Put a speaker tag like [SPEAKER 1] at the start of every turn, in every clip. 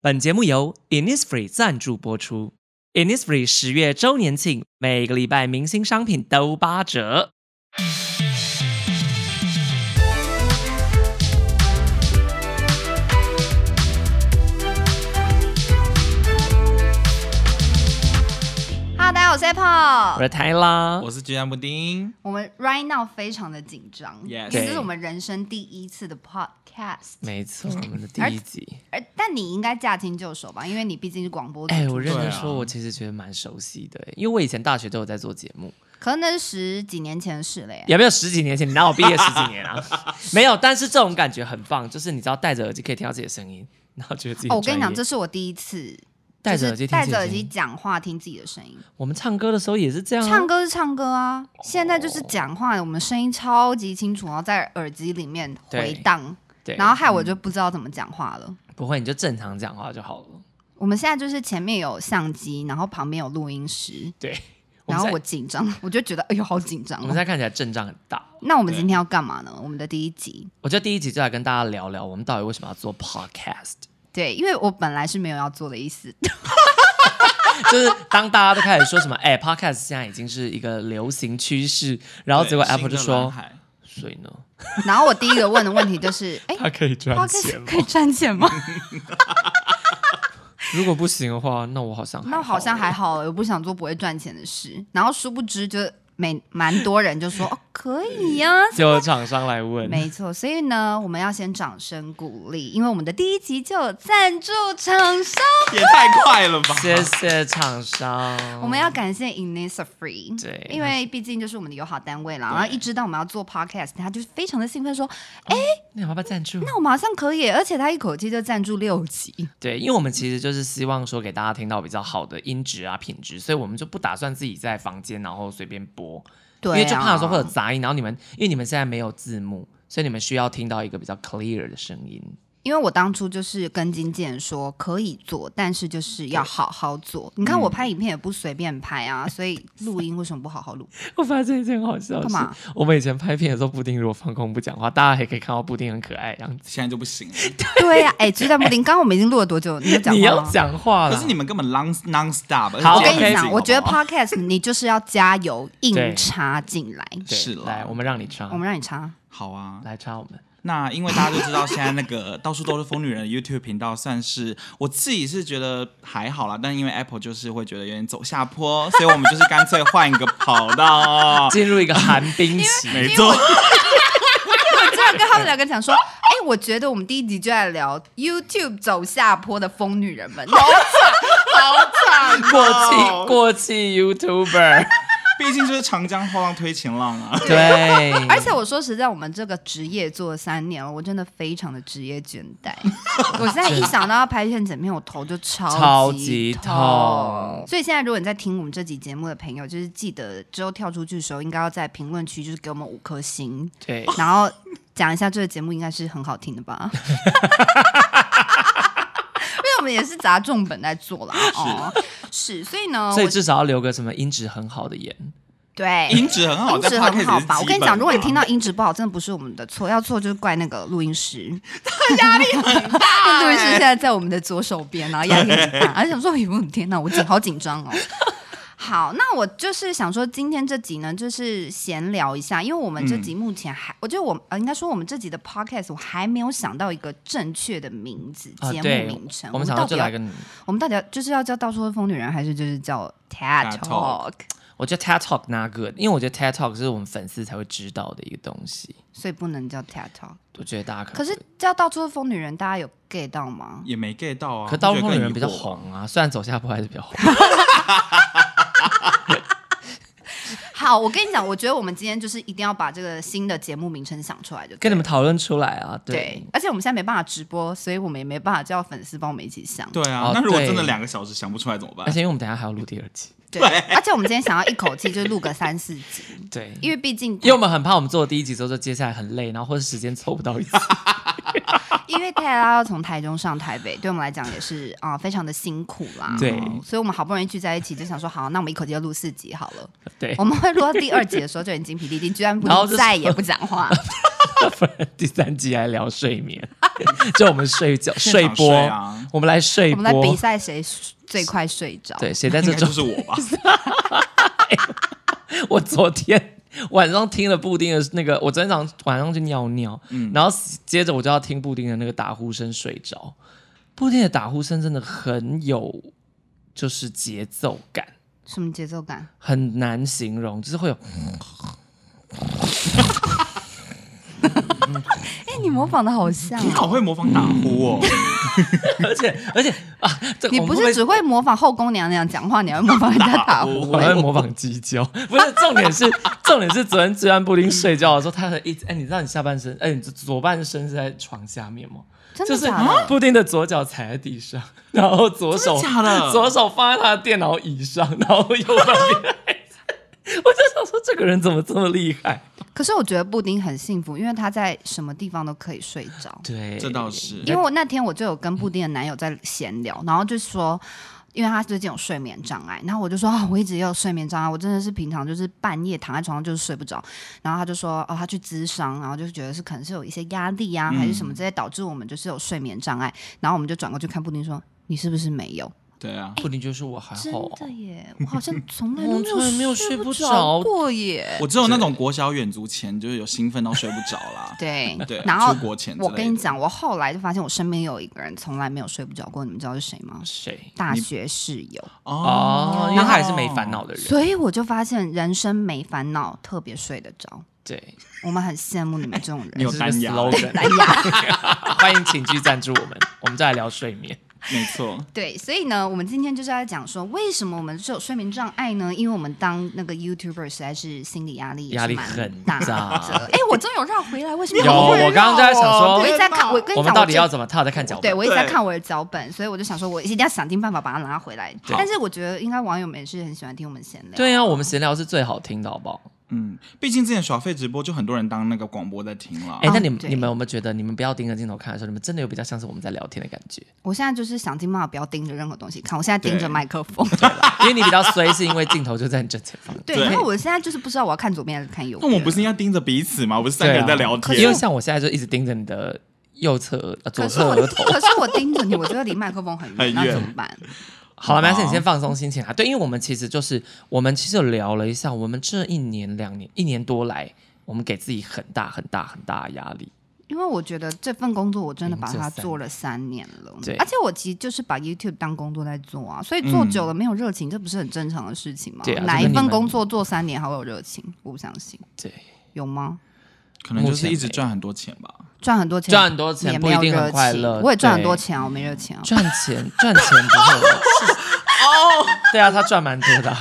[SPEAKER 1] 本节目由 Innisfree 赞助播出。Innisfree 十月周年庆，每个礼拜明星商品都八折。
[SPEAKER 2] Hello，大家好，我是 Apple。
[SPEAKER 1] 我是泰拉，
[SPEAKER 3] 我是鸡蛋布丁，
[SPEAKER 2] 我们 right now 非常的紧张
[SPEAKER 3] Yes
[SPEAKER 2] 因为这
[SPEAKER 1] 对
[SPEAKER 2] 是我们人生第一次的 podcast。
[SPEAKER 1] 没错，我们的第一集。
[SPEAKER 2] 而但你应该驾轻就熟吧，因为你毕竟是广播组
[SPEAKER 1] 哎，
[SPEAKER 2] 出
[SPEAKER 1] 我认真
[SPEAKER 3] 对啊
[SPEAKER 1] 说，我其实觉得蛮熟悉的，因为我以前大学都有在做节目，
[SPEAKER 2] 可能那是十几年前的事了耶。
[SPEAKER 1] 有没有十几年前？你拿我毕业十几年啊？没有，但是这种感觉很棒，就是你知道戴着耳机可以听到自己的声音，然后觉得自己很
[SPEAKER 2] 哦，我跟你
[SPEAKER 1] 专
[SPEAKER 2] 讲，
[SPEAKER 1] 业
[SPEAKER 2] 这是我第一次
[SPEAKER 1] 戴着耳机听
[SPEAKER 2] 就是
[SPEAKER 1] 自
[SPEAKER 2] 戴
[SPEAKER 1] 己的
[SPEAKER 2] 着耳
[SPEAKER 1] 声
[SPEAKER 2] 机
[SPEAKER 1] 音。
[SPEAKER 2] 讲话听自己的声音。
[SPEAKER 1] 我们唱歌的时候也是这样啊，
[SPEAKER 2] 唱歌是唱歌啊，
[SPEAKER 1] 哦
[SPEAKER 2] 现在就是讲话，我们声音超级清楚，然后在耳机里面回荡，
[SPEAKER 1] 对，嗯
[SPEAKER 2] 然后害我就不知道怎么讲话了。
[SPEAKER 1] 不会你就正常讲话就好了。
[SPEAKER 2] 我们现在就是前面有相机，然后旁边有录音师，
[SPEAKER 1] 对，我们
[SPEAKER 2] 然后
[SPEAKER 1] 现在
[SPEAKER 2] 我紧张， 我就觉得哎呦好紧张
[SPEAKER 1] 我们
[SPEAKER 2] 哦、
[SPEAKER 1] 现在看起来阵仗很大。
[SPEAKER 2] 那我们今天要干嘛呢？我们的第一集，
[SPEAKER 1] 我觉得第一集就来跟大家聊聊，我们到底为什么要做 podcast？
[SPEAKER 2] 对，因为我本来是没有要做的意思，
[SPEAKER 1] 就是当大家都开始说什么， 哎、p o d c a s t 现在已经是一个流行趋势，然后结果
[SPEAKER 3] 对
[SPEAKER 1] Apple 就
[SPEAKER 3] 新的蓝
[SPEAKER 1] 说，
[SPEAKER 3] 海
[SPEAKER 1] 所以呢，
[SPEAKER 2] 然后我第一个问的问题 就是，哎、
[SPEAKER 1] 它可以赚
[SPEAKER 2] podcast 可以赚钱吗？
[SPEAKER 1] 如果不行的话，那我好像还
[SPEAKER 2] 那我好像还好、我不想做不会赚钱的事。然后殊不知就每蛮多人就说， 哦，可以呀、
[SPEAKER 1] 就有厂商来问，
[SPEAKER 2] 没错，所以呢，我们要先掌声鼓励，因为我们的第一集就有赞助厂商，
[SPEAKER 3] 也太快了吧！
[SPEAKER 1] 谢谢厂商，
[SPEAKER 2] 我们要感谢 Innisfree，
[SPEAKER 1] 哦对
[SPEAKER 2] 因为毕竟就是我们的友好单位啦。然后一知道我们要做 podcast，他就非常的兴奋说，
[SPEAKER 1] 那你要不要赞助？
[SPEAKER 2] 那我马上可以，而且他一口气就赞助六集，
[SPEAKER 1] 对，因为我们其实就是希望说给大家听到比较好的音质啊、品质，所以我们就不打算自己在房间然后随便播，
[SPEAKER 2] 对、啊
[SPEAKER 1] 因为就怕说会有。杂音，然后你们因为你们现在没有字幕，所以你们需要听到一个比较 clear 的声音。
[SPEAKER 2] 因为我当初就是跟经纪人说可以做，但是就是要好好做。你看我拍影片也不随便拍啊，所以录音为什么不好好录？
[SPEAKER 1] 我发现一件好笑的
[SPEAKER 2] 干嘛
[SPEAKER 1] 事，我们以前拍片的时候，布丁如果放空不讲话，大家也可以看到布丁很可爱的样子。
[SPEAKER 3] 现在就不行了，
[SPEAKER 2] 对呀、哎，鸡蛋布丁，刚刚我们已经录了多久？你有讲
[SPEAKER 1] 你
[SPEAKER 2] 话
[SPEAKER 1] 要
[SPEAKER 2] 吗？
[SPEAKER 1] 讲话
[SPEAKER 3] 可
[SPEAKER 1] 了，
[SPEAKER 3] 是你们根本 non non stop。
[SPEAKER 1] 好
[SPEAKER 2] 我跟你
[SPEAKER 1] OK，
[SPEAKER 2] 讲，我觉得
[SPEAKER 3] 怕
[SPEAKER 2] podcast 你就是要加油
[SPEAKER 1] 对嗯
[SPEAKER 2] 硬插进来，
[SPEAKER 1] 对
[SPEAKER 3] 是了
[SPEAKER 1] 来，我们让你插，
[SPEAKER 2] 我们让你插。
[SPEAKER 3] 好啊。
[SPEAKER 1] 来插我们。
[SPEAKER 3] 那因为大家就知道，现在那个到处都是疯女人的 YouTube 频道，算是我自己是觉得还好啦，但因为 Apple 就是会觉得有点走下坡，所以我们就是干脆换一个跑 道。
[SPEAKER 1] 进入一个寒冰期，
[SPEAKER 3] 没错，
[SPEAKER 2] 我这样跟他们两 个讲说，哎、我觉得我们第一集就在聊 YouTube 走下坡的疯女人们，好惨，好惨。
[SPEAKER 1] 过气过气 YouTuber，
[SPEAKER 3] 毕竟就是长江后浪推前浪啊。
[SPEAKER 1] 对，
[SPEAKER 2] 而且我说实在，我们这个职业做了三年了，我真的非常的职业倦 怠。我现在一想到要拍片剪片，我头就超
[SPEAKER 1] 超级
[SPEAKER 2] 级
[SPEAKER 1] 痛
[SPEAKER 2] 所以现在如果你在听我们这集节目的朋友，就是记得之后跳出去的时候，应该要在评论区就是给我们五颗星，
[SPEAKER 1] 对，
[SPEAKER 2] 然后讲一下这个节目应该是很好听的 吧。因为我们也是砸重本在做啦，哦，是，所以呢，
[SPEAKER 1] 所以
[SPEAKER 2] 我
[SPEAKER 1] 至少要留个什么音质很好的言，
[SPEAKER 2] 对，
[SPEAKER 3] 音质很好，
[SPEAKER 2] 哎音质
[SPEAKER 3] 哦在
[SPEAKER 2] 很
[SPEAKER 3] podcast
[SPEAKER 2] 好
[SPEAKER 3] 也是
[SPEAKER 2] 吧？我
[SPEAKER 3] 基
[SPEAKER 2] 跟你
[SPEAKER 3] 本
[SPEAKER 2] 讲，如果你
[SPEAKER 3] 吧
[SPEAKER 2] 听到音质不好，真的不是我们的错，要错就是怪那个录音师，压力很大。 录音师现在在我们的左手边，然后压力很大，而且想说，哎呦我的天哪，我紧好紧张哦。好，那我就是想说，今天这集呢，就是闲聊一下，因为我们这集目前还，我觉得我呃，应该说我们这集的 podcast 我还没有想到一个正确的名字，
[SPEAKER 1] 啊
[SPEAKER 2] 节目
[SPEAKER 1] 对
[SPEAKER 2] 名称。
[SPEAKER 1] 我们想
[SPEAKER 2] 到
[SPEAKER 1] 到
[SPEAKER 2] 底
[SPEAKER 1] 就
[SPEAKER 2] 要
[SPEAKER 1] 来，个，
[SPEAKER 2] 我们到底要就是要叫到处都是疯女人，还是就是叫
[SPEAKER 3] Tat
[SPEAKER 2] Tat
[SPEAKER 3] Talk
[SPEAKER 2] Talk？
[SPEAKER 1] 我觉得 TED Talk not good，因为我觉得 TED Talk 是我们粉丝才会知道的一个东西，
[SPEAKER 2] 所以不能叫 Tat Talk。
[SPEAKER 1] 我觉得大家可
[SPEAKER 2] 可
[SPEAKER 1] 能
[SPEAKER 2] 是
[SPEAKER 1] 会。
[SPEAKER 2] 叫到处是疯女人，大家有 get 到吗？
[SPEAKER 3] 也没 get 到啊。
[SPEAKER 1] 可大
[SPEAKER 3] 我
[SPEAKER 1] 部
[SPEAKER 3] 觉
[SPEAKER 1] 分
[SPEAKER 3] 得更
[SPEAKER 1] 的人
[SPEAKER 3] 疑
[SPEAKER 1] 比较
[SPEAKER 3] 惑
[SPEAKER 1] 红啊，虽然走下坡还是比较红。
[SPEAKER 2] 好，我跟你讲，我觉得我们今天就是一定要把这个新的节目名称想出来就对了，
[SPEAKER 1] 跟你们讨论出来啊，
[SPEAKER 2] 对
[SPEAKER 1] 对，
[SPEAKER 2] 而且我们现在没办法直播，所以我们也没办法叫粉丝帮我们一起想。
[SPEAKER 3] 对啊
[SPEAKER 1] 哦，
[SPEAKER 3] 那如果
[SPEAKER 1] 对
[SPEAKER 3] 真的两个小时想不出来怎么办
[SPEAKER 1] 而？且因为我们等一下还要录第二集，
[SPEAKER 2] 对，而且我们今天想要一口气就录个三四集，
[SPEAKER 3] 嗯
[SPEAKER 1] 对，因
[SPEAKER 2] 因为 毕竟
[SPEAKER 1] 为我们很怕我们做了第一集之后，就接下来很累，然后或者时间凑不到一 起。
[SPEAKER 2] 因为泰拉要从台中上台北，对我们来讲也是啊、非常的辛苦啦。
[SPEAKER 1] 对
[SPEAKER 3] 嗯
[SPEAKER 2] 哦所以我们好不容易聚在一起，就想说好，那我们一口气就录四集好了。
[SPEAKER 1] 对
[SPEAKER 2] 我，们会录到第二集的时候就已经精疲力尽，居然 不
[SPEAKER 1] 然后就
[SPEAKER 2] 再
[SPEAKER 1] 说
[SPEAKER 2] 也不讲话。
[SPEAKER 1] 不然第三集还聊睡眠， 就我们睡觉
[SPEAKER 3] 现场
[SPEAKER 1] 播，
[SPEAKER 3] 啊，
[SPEAKER 1] 我们来睡
[SPEAKER 2] 我
[SPEAKER 1] 播，
[SPEAKER 2] 们来比赛啊谁最快睡着。
[SPEAKER 1] 对，谁在
[SPEAKER 3] 应
[SPEAKER 1] 这
[SPEAKER 3] 该就
[SPEAKER 1] 种？
[SPEAKER 3] 是我吧？
[SPEAKER 1] 我昨天晚上听了布丁的那个，我昨天早上晚上去尿尿，
[SPEAKER 3] 嗯
[SPEAKER 1] 然后接着我就要听布丁的那个打呼声睡着。布丁的打呼声真的很有，就是节奏感，
[SPEAKER 2] 什么节奏感？
[SPEAKER 1] 很难形容，就是会有
[SPEAKER 2] 哎、你模仿的好像、
[SPEAKER 3] 你好
[SPEAKER 2] 哦。
[SPEAKER 3] 会模仿打呼哦，
[SPEAKER 1] 而且而且啊，这
[SPEAKER 2] 你
[SPEAKER 1] 我
[SPEAKER 2] 不
[SPEAKER 1] 们
[SPEAKER 2] 是
[SPEAKER 1] 会
[SPEAKER 2] 只会模仿后宫娘娘讲话，你还会模仿人家打 呼？
[SPEAKER 1] 我在模仿鸡叫，不是重 点是重点是昨天治安布丁睡觉的时候，他的一直哎，你知道你下半身哎，你左半身是在床下面吗？
[SPEAKER 2] 真
[SPEAKER 1] 就
[SPEAKER 2] 的
[SPEAKER 1] 是
[SPEAKER 2] 假的？
[SPEAKER 1] 布丁的左脚踩在地上， 然后左手
[SPEAKER 3] 真的假的
[SPEAKER 1] 左手放在他的电脑椅上，然后右半边。 我就想说，这个人怎么这么厉害？
[SPEAKER 2] 可是我觉得布丁很幸福，因为他在什么地方都可以睡着。
[SPEAKER 1] 对，
[SPEAKER 3] 这倒是。
[SPEAKER 2] 因为我那天我就有跟布丁的男友在闲聊，然后就说，因为他最近有睡眠障碍，然后我就说啊、我一直也有睡眠障碍，我真的是平常就是半夜躺在床上就是睡不着。然后他就说，哦，他去咨商，然后就觉得是可能是有一些压力啊，还是什么之类导致我们就是有睡眠障碍。然后我们就转过去看布丁说，你是不是没有？
[SPEAKER 3] 对啊，
[SPEAKER 1] 布丁就是我还
[SPEAKER 2] 真
[SPEAKER 1] 好，
[SPEAKER 2] 的耶，我好像 从来
[SPEAKER 1] 我
[SPEAKER 2] 都
[SPEAKER 1] 哦从来没有
[SPEAKER 2] 睡
[SPEAKER 1] 睡不着
[SPEAKER 2] 着过耶。。
[SPEAKER 3] 我只有那种国小远足前就是有兴奋到睡不着啦
[SPEAKER 2] 对
[SPEAKER 3] 对，
[SPEAKER 2] 然后
[SPEAKER 3] 出国前之类
[SPEAKER 2] 我
[SPEAKER 3] 的
[SPEAKER 2] 跟你讲，我后来就发现我身边有一个人从来没有睡不着过，你们知道是谁吗？
[SPEAKER 1] 谁？
[SPEAKER 2] 大
[SPEAKER 3] 你
[SPEAKER 2] 学室友。
[SPEAKER 1] 哦，因为他也是没烦恼
[SPEAKER 3] 的。
[SPEAKER 1] 的人。
[SPEAKER 2] 所以我就发现人生没烦恼，特别睡得着。
[SPEAKER 1] 对，
[SPEAKER 2] 我们很羡慕你们这种
[SPEAKER 3] 你有
[SPEAKER 2] 人。
[SPEAKER 1] 这是个
[SPEAKER 3] 单 牙
[SPEAKER 1] slogan。
[SPEAKER 2] 哎 呀，
[SPEAKER 1] 欢迎请剧赞助我们，我们再来聊睡眠。
[SPEAKER 3] 没错，
[SPEAKER 2] 对，所以呢，我们今天就是要讲说，为什么我们是有睡眠障碍呢？因为我们当那个 YouTuber 实在是心理压力也
[SPEAKER 1] 压
[SPEAKER 2] 是
[SPEAKER 1] 力
[SPEAKER 2] 蛮
[SPEAKER 1] 很
[SPEAKER 2] 大
[SPEAKER 1] 大
[SPEAKER 2] 的。哎，我终于有绕回来，为什 么
[SPEAKER 1] 有
[SPEAKER 2] 我会
[SPEAKER 1] 我刚刚就在想说哎
[SPEAKER 2] 我一直在看，我跟
[SPEAKER 1] 我们
[SPEAKER 2] 你讲，
[SPEAKER 1] 到底
[SPEAKER 2] 我
[SPEAKER 1] 要
[SPEAKER 2] 这
[SPEAKER 1] 怎么他有在看脚
[SPEAKER 2] 对
[SPEAKER 1] 本？
[SPEAKER 2] 我一直在
[SPEAKER 3] 对
[SPEAKER 2] 看我的脚本，所以我就想说，我一定要想尽办法把它拿回来。
[SPEAKER 3] 好
[SPEAKER 2] 但是我觉得应该网友们也是很喜欢听我们闲聊。
[SPEAKER 1] 对啊，我们闲聊是最好听的，好不好？
[SPEAKER 3] 嗯，毕竟之前耍废直播就很多人当那个广播在听了。
[SPEAKER 1] 哎、
[SPEAKER 2] 哦
[SPEAKER 1] 那你们
[SPEAKER 2] 对
[SPEAKER 1] 你们有没有觉得，你们不要盯着镜头看的时候，你们真的有比较像是我们在聊天的感觉？
[SPEAKER 2] 我现在就是想尽办法不要盯着任何东西看，我现在盯
[SPEAKER 3] 对
[SPEAKER 2] 着麦克 风。
[SPEAKER 1] 因为你比较衰，是因为镜头就在你正前方。
[SPEAKER 2] 对，
[SPEAKER 3] 对
[SPEAKER 2] 因为我现在就是不知道我要看左边还是看右
[SPEAKER 3] 那
[SPEAKER 2] 边。
[SPEAKER 3] 我们不是应该盯着彼此吗？我们是三个人在聊
[SPEAKER 1] 对啊因为
[SPEAKER 3] 天。
[SPEAKER 1] 像我现在就一直盯着你的右侧、呃、左
[SPEAKER 2] 可是
[SPEAKER 1] 侧
[SPEAKER 2] 我
[SPEAKER 1] 额头。
[SPEAKER 2] 可是我盯着你，我觉得离麦克风很
[SPEAKER 3] 很
[SPEAKER 2] 远，那
[SPEAKER 3] 远
[SPEAKER 2] 怎么办？
[SPEAKER 1] 好了，没关系，
[SPEAKER 3] 好
[SPEAKER 1] 你先放松心情啊。对，因为我们其实就是我们其实有聊了一下，我们这一年、两年、一年多来，我们给自己很大、很大、很大的压力。
[SPEAKER 2] 因为我觉得这份工作我真的把它
[SPEAKER 1] 零九嗯三
[SPEAKER 2] 做了三年了，
[SPEAKER 1] 对
[SPEAKER 2] 而且我其实就是把 YouTube 当工作在做啊，所以做
[SPEAKER 3] 嗯
[SPEAKER 2] 久了没有热情，这不是很正常的事情吗
[SPEAKER 1] 对啊？
[SPEAKER 2] 哪
[SPEAKER 1] 这
[SPEAKER 2] 一
[SPEAKER 1] 跟你们
[SPEAKER 2] 份工作做三年还会有热情？我不相信，
[SPEAKER 1] 对，
[SPEAKER 2] 有吗？
[SPEAKER 3] 可能就是一直赚很多钱吧。
[SPEAKER 2] 赚很多钱，
[SPEAKER 1] 赚很多钱
[SPEAKER 2] 也
[SPEAKER 1] 不
[SPEAKER 2] 没
[SPEAKER 1] 一
[SPEAKER 2] 有
[SPEAKER 1] 定很
[SPEAKER 2] 热
[SPEAKER 1] 快乐
[SPEAKER 2] 情，我也赚很
[SPEAKER 1] 对
[SPEAKER 2] 多钱啊，我没热情啊。
[SPEAKER 1] 赚钱赚钱不会有 是
[SPEAKER 3] 哦，
[SPEAKER 1] 对啊，他赚蛮多的啊。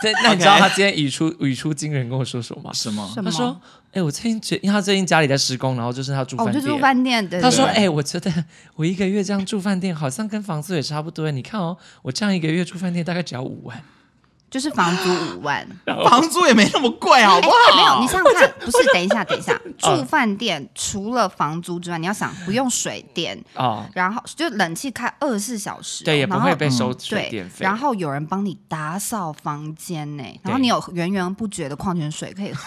[SPEAKER 1] 对，那你知道
[SPEAKER 3] OK
[SPEAKER 1] 他今天语出语出惊人跟我说 什么吗？
[SPEAKER 3] 什么？
[SPEAKER 2] 什
[SPEAKER 1] 他
[SPEAKER 2] 么？
[SPEAKER 1] 说：“哎、我最近觉，因为他最近家里在施工，然后就是他住
[SPEAKER 2] 哦，
[SPEAKER 1] 饭
[SPEAKER 2] 我就
[SPEAKER 1] 店。
[SPEAKER 2] 住饭店，对
[SPEAKER 1] 他
[SPEAKER 2] 对
[SPEAKER 1] 说：“
[SPEAKER 2] 对
[SPEAKER 1] 哎、我觉得我一个月这样住饭店，好像跟房租也差不多。你看哦，我这样一个月住饭店大概只要五万。
[SPEAKER 2] 就是房租五万。
[SPEAKER 3] 房租也没那么贵，好不
[SPEAKER 2] 哎
[SPEAKER 3] 好？
[SPEAKER 2] 没有，你想想 看，不是？等一下，等一下，
[SPEAKER 1] 啊
[SPEAKER 2] 住饭店除了房租之外，你要想不用水电，
[SPEAKER 1] 哦，
[SPEAKER 2] 然后就冷气开二十四小时哦、
[SPEAKER 1] 对，也不
[SPEAKER 2] 然后
[SPEAKER 1] 会被收
[SPEAKER 3] 嗯
[SPEAKER 1] 水电
[SPEAKER 2] 对，
[SPEAKER 1] 费。
[SPEAKER 2] 然后有人帮你打扫房间呢，然后你有源源不绝的矿泉水可 以喝，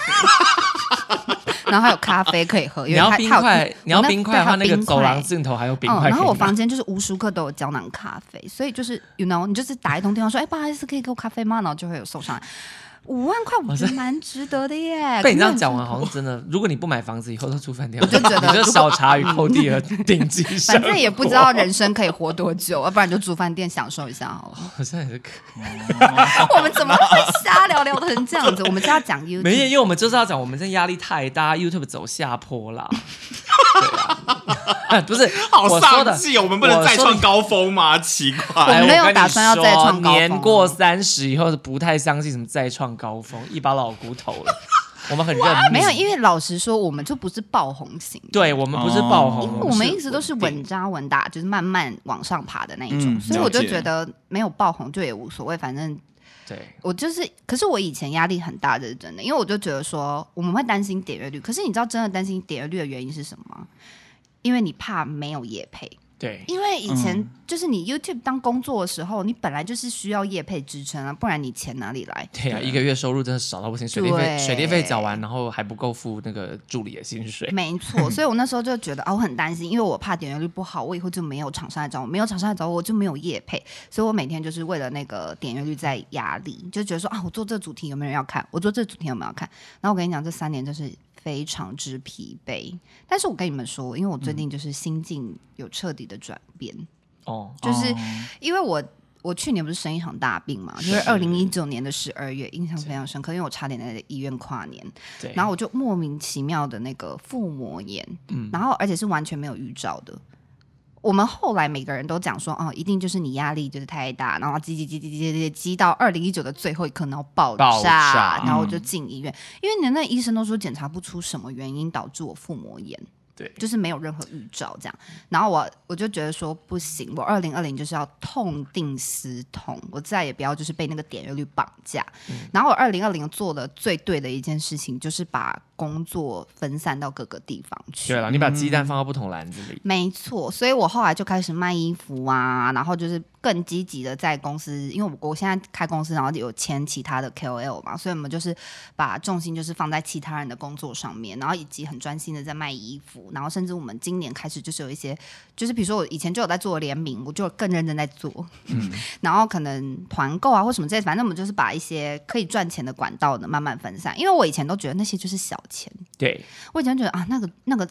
[SPEAKER 2] 然后还有咖啡可以喝，
[SPEAKER 1] 你
[SPEAKER 2] 因为
[SPEAKER 1] 要
[SPEAKER 2] 它
[SPEAKER 1] 冰
[SPEAKER 2] 它有
[SPEAKER 1] 块，你要冰块的话，那
[SPEAKER 2] 对还有
[SPEAKER 1] 个
[SPEAKER 2] 冰
[SPEAKER 1] 走
[SPEAKER 2] 块
[SPEAKER 1] 廊尽头还有冰
[SPEAKER 2] 哦，
[SPEAKER 1] 块可以拿、
[SPEAKER 2] 然后我房间就是无时无刻都有胶囊咖啡，所以就是 you know，你就是打一通电话说，哎，不好意思，可以给我咖啡吗？然后就会有送上来。五万块，我觉得蛮值得的 耶。
[SPEAKER 1] 被你这样
[SPEAKER 2] 可能
[SPEAKER 1] 讲完，好像真的， 如果你不买房子，以后都住饭店，
[SPEAKER 2] 我就觉得
[SPEAKER 1] 你就
[SPEAKER 2] 如果
[SPEAKER 1] 小茶与寇弟的顶 级生
[SPEAKER 2] 反
[SPEAKER 1] 活。
[SPEAKER 2] 正也不知道人生可以活多久，要不然就住饭店享受一下好了。
[SPEAKER 1] 好像也是可以。
[SPEAKER 2] 我们怎么会瞎聊聊成这样子？我们就要讲 YouTube，
[SPEAKER 1] 没有，因为我们就是要讲，我们这压力太大，YouTube 走下坡 啦。对啊， 不是，
[SPEAKER 3] 好
[SPEAKER 1] 我说
[SPEAKER 3] 丧
[SPEAKER 1] 的
[SPEAKER 3] 气，哦，我们不能再创高峰吗？ 奇
[SPEAKER 2] 啊我
[SPEAKER 3] 怪，
[SPEAKER 1] 哎
[SPEAKER 2] 没有
[SPEAKER 1] 跟你
[SPEAKER 2] 打算要再创
[SPEAKER 1] 说
[SPEAKER 2] 高峰哦
[SPEAKER 1] 年过三十以后是不太相信什么再创高峰，一把老骨头了。我们很认命
[SPEAKER 2] 没有，因为老实说，我们就不是爆红型的，
[SPEAKER 1] 对我们不是爆红，
[SPEAKER 3] 因为
[SPEAKER 2] 我们一直都是
[SPEAKER 1] 稳
[SPEAKER 2] 稳
[SPEAKER 1] 定。
[SPEAKER 2] 扎稳打，就是慢慢往上爬的那一种，
[SPEAKER 3] 嗯
[SPEAKER 2] 所以我就
[SPEAKER 3] 了解
[SPEAKER 2] 觉得没有爆红就也无所谓，反正
[SPEAKER 1] 对，
[SPEAKER 2] 我就是，可是我以前压力很大，这是真的，因为我就觉得说我们会担心点阅率，可是你知道真的担心点阅率的原因是什么吗？因为你怕没有业配，
[SPEAKER 1] 对，
[SPEAKER 2] 因为以前
[SPEAKER 3] 嗯
[SPEAKER 2] 就是你 YouTube 当工作的时候，你本来就是需要业配支撑啊，不然你钱哪里来？
[SPEAKER 1] 对呀、一个月收入真的少到不行，水电费
[SPEAKER 2] 对
[SPEAKER 1] 水电费缴完，然后还不够付那个助理的薪 水。
[SPEAKER 2] 没错，所以我那时候就觉得啊，我很担心，因为我怕点阅率不好，我以后就没有厂商来找我，没有厂商来找我，我就没有业配，所以我每天就是为了那个点阅率在压力，就觉得说啊，我做这主题有没有人要看？我做这主题有没有人要看？然后我跟你讲，这三年真是非常之疲惫。但是我跟你们说，因为我最近就是心境有彻底的转变，
[SPEAKER 1] 哦，
[SPEAKER 2] 就是
[SPEAKER 3] 哦
[SPEAKER 2] 因为我我去年不是生一场大病嘛，就是二零一九年的十二月，印象非常深刻，因为我差点在医院跨年，
[SPEAKER 1] 对，
[SPEAKER 2] 然后我就莫名其妙的那个腹膜炎，
[SPEAKER 1] 嗯
[SPEAKER 2] 然后而且是完全没有预兆的。我们后来每个人都讲说，哦，一定就是你压力就是太大，然后积积积积积积积到二零一九的最后可能要爆炸，
[SPEAKER 1] 爆炸嗯
[SPEAKER 2] 然后我就进医院，因为你那医生都说检查不出什么原因导致我腹膜炎，
[SPEAKER 1] 对
[SPEAKER 2] 就是没有任何预兆这样。然后我我就觉得说不行，我二零二零就是要痛定思痛，我再也不要就是被那个点阅率绑架。然后我二零二零做的最对的一件事情，就是把工作分散到各个地方去。
[SPEAKER 1] 对了，你把鸡蛋放到不同篮子里，
[SPEAKER 2] 没错，所以我后来就开始卖衣服啊，然后就是更积极的在公司，因为我我现在开公司，然后有签其他的 KOL 嘛，所以我们就是把重心就是放在其他人的工作上面，然后以及很专心的在卖衣服，然后甚至我们今年开始就是有一些，就是比如说我以前就有在做联名，我就更认真在做， 然后可能团购啊或什么之类的，反正我们就是把一些可以赚钱的管道呢慢慢分散，因为我以前都觉得那些就是小钱，
[SPEAKER 1] 对，
[SPEAKER 2] 我以前觉得啊，那个那个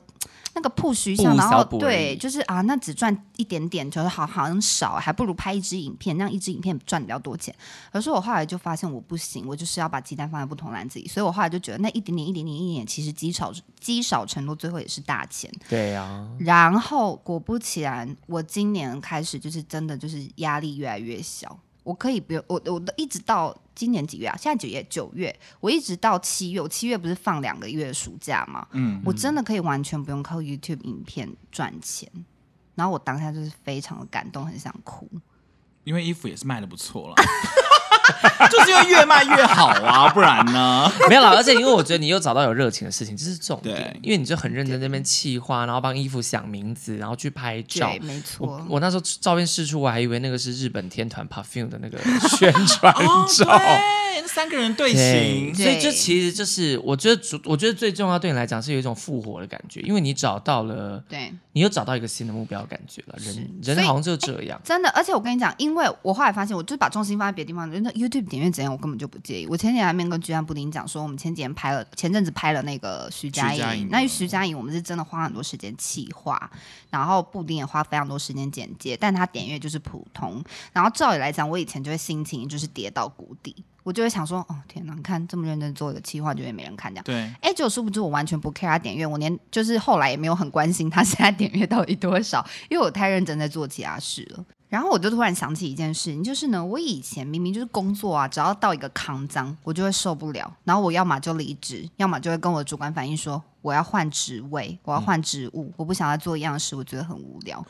[SPEAKER 2] 那个 push 一
[SPEAKER 1] 不
[SPEAKER 2] 下，
[SPEAKER 1] 无
[SPEAKER 2] 然
[SPEAKER 1] 小
[SPEAKER 2] 后
[SPEAKER 1] 补而
[SPEAKER 2] 对，
[SPEAKER 1] 已
[SPEAKER 2] 就是啊，那只赚一点点，就是好好像少，还不如拍一支影片，让一支影片赚比较多钱。可是我后来就发现我不行，我就是要把鸡蛋放在不同篮子里，所以我后来就觉得那一点点、一点点、一点点，其实积少积少成多，最后也是大钱。
[SPEAKER 1] 对 呀，
[SPEAKER 2] 然后果不其然，我今年开始就是真的就是压力越来越小，我可以不用我我一直到今年几月啊？现在几月？九月，我一直到七月，我七月不是放两个月的暑假吗？
[SPEAKER 3] 嗯，
[SPEAKER 2] 我真的可以完全不用靠 YouTube 影片赚钱。然后我当下就是非常的感动，很想哭。
[SPEAKER 3] 因为衣服也是卖的不错了， 就是因为越卖越好啊，不然呢？
[SPEAKER 1] 没有啦，而且因为我觉得你又找到有热情的事情，这是重点
[SPEAKER 3] 对，
[SPEAKER 1] 因为你就很认真在那边气化，然后帮衣服想名字，然后去拍照
[SPEAKER 2] 对，。没
[SPEAKER 1] 我
[SPEAKER 2] 错。
[SPEAKER 1] 我那时候照片试出，我还以为那个是日本天团 perfume 的那 个宣传
[SPEAKER 3] 哦，
[SPEAKER 1] 照。
[SPEAKER 3] 对，三个人队
[SPEAKER 1] 对，
[SPEAKER 3] 形，
[SPEAKER 1] 所以这其实就是我觉得主，我觉得最重要对你来讲是有一种复活的感觉，因为你找到了，
[SPEAKER 2] 对，
[SPEAKER 1] 你又找到一个新的目标的感觉了。人
[SPEAKER 2] 是
[SPEAKER 1] 人好像就这样，
[SPEAKER 2] 真的，而且我跟你讲，因为我后来发现，我就把重心放在别的地方，那 YouTube 点阅怎样，我根本就不介意。我前几天还面跟居安布丁讲说，我们前几天拍了，前阵子拍了那个徐佳
[SPEAKER 3] 徐佳
[SPEAKER 2] 莹
[SPEAKER 3] 莹，
[SPEAKER 2] 那徐佳莹我们是真的花很多时间企划，然后布丁也花非常多时间剪接，但他点阅就是普通。然后照理来讲，我以前就会心情就是跌到谷底，我就会想说，哦天哪，你看这么认真做一个企划，就会没人看这样。
[SPEAKER 3] 对，
[SPEAKER 2] 哎，就殊不知我完全不 care 他点阅，我连就是后来也没有很关心他现在点阅到底多少，因为我太认真在做其他事了。然后我就突然想起一件事情，就是呢，我以前明明就是工作啊，只要到一个康脏，我就会受不了，然后我要么就离职，要么就会跟我主管反映说我要换职位，我要换职务，我不想再做一样的事，我觉得很无聊。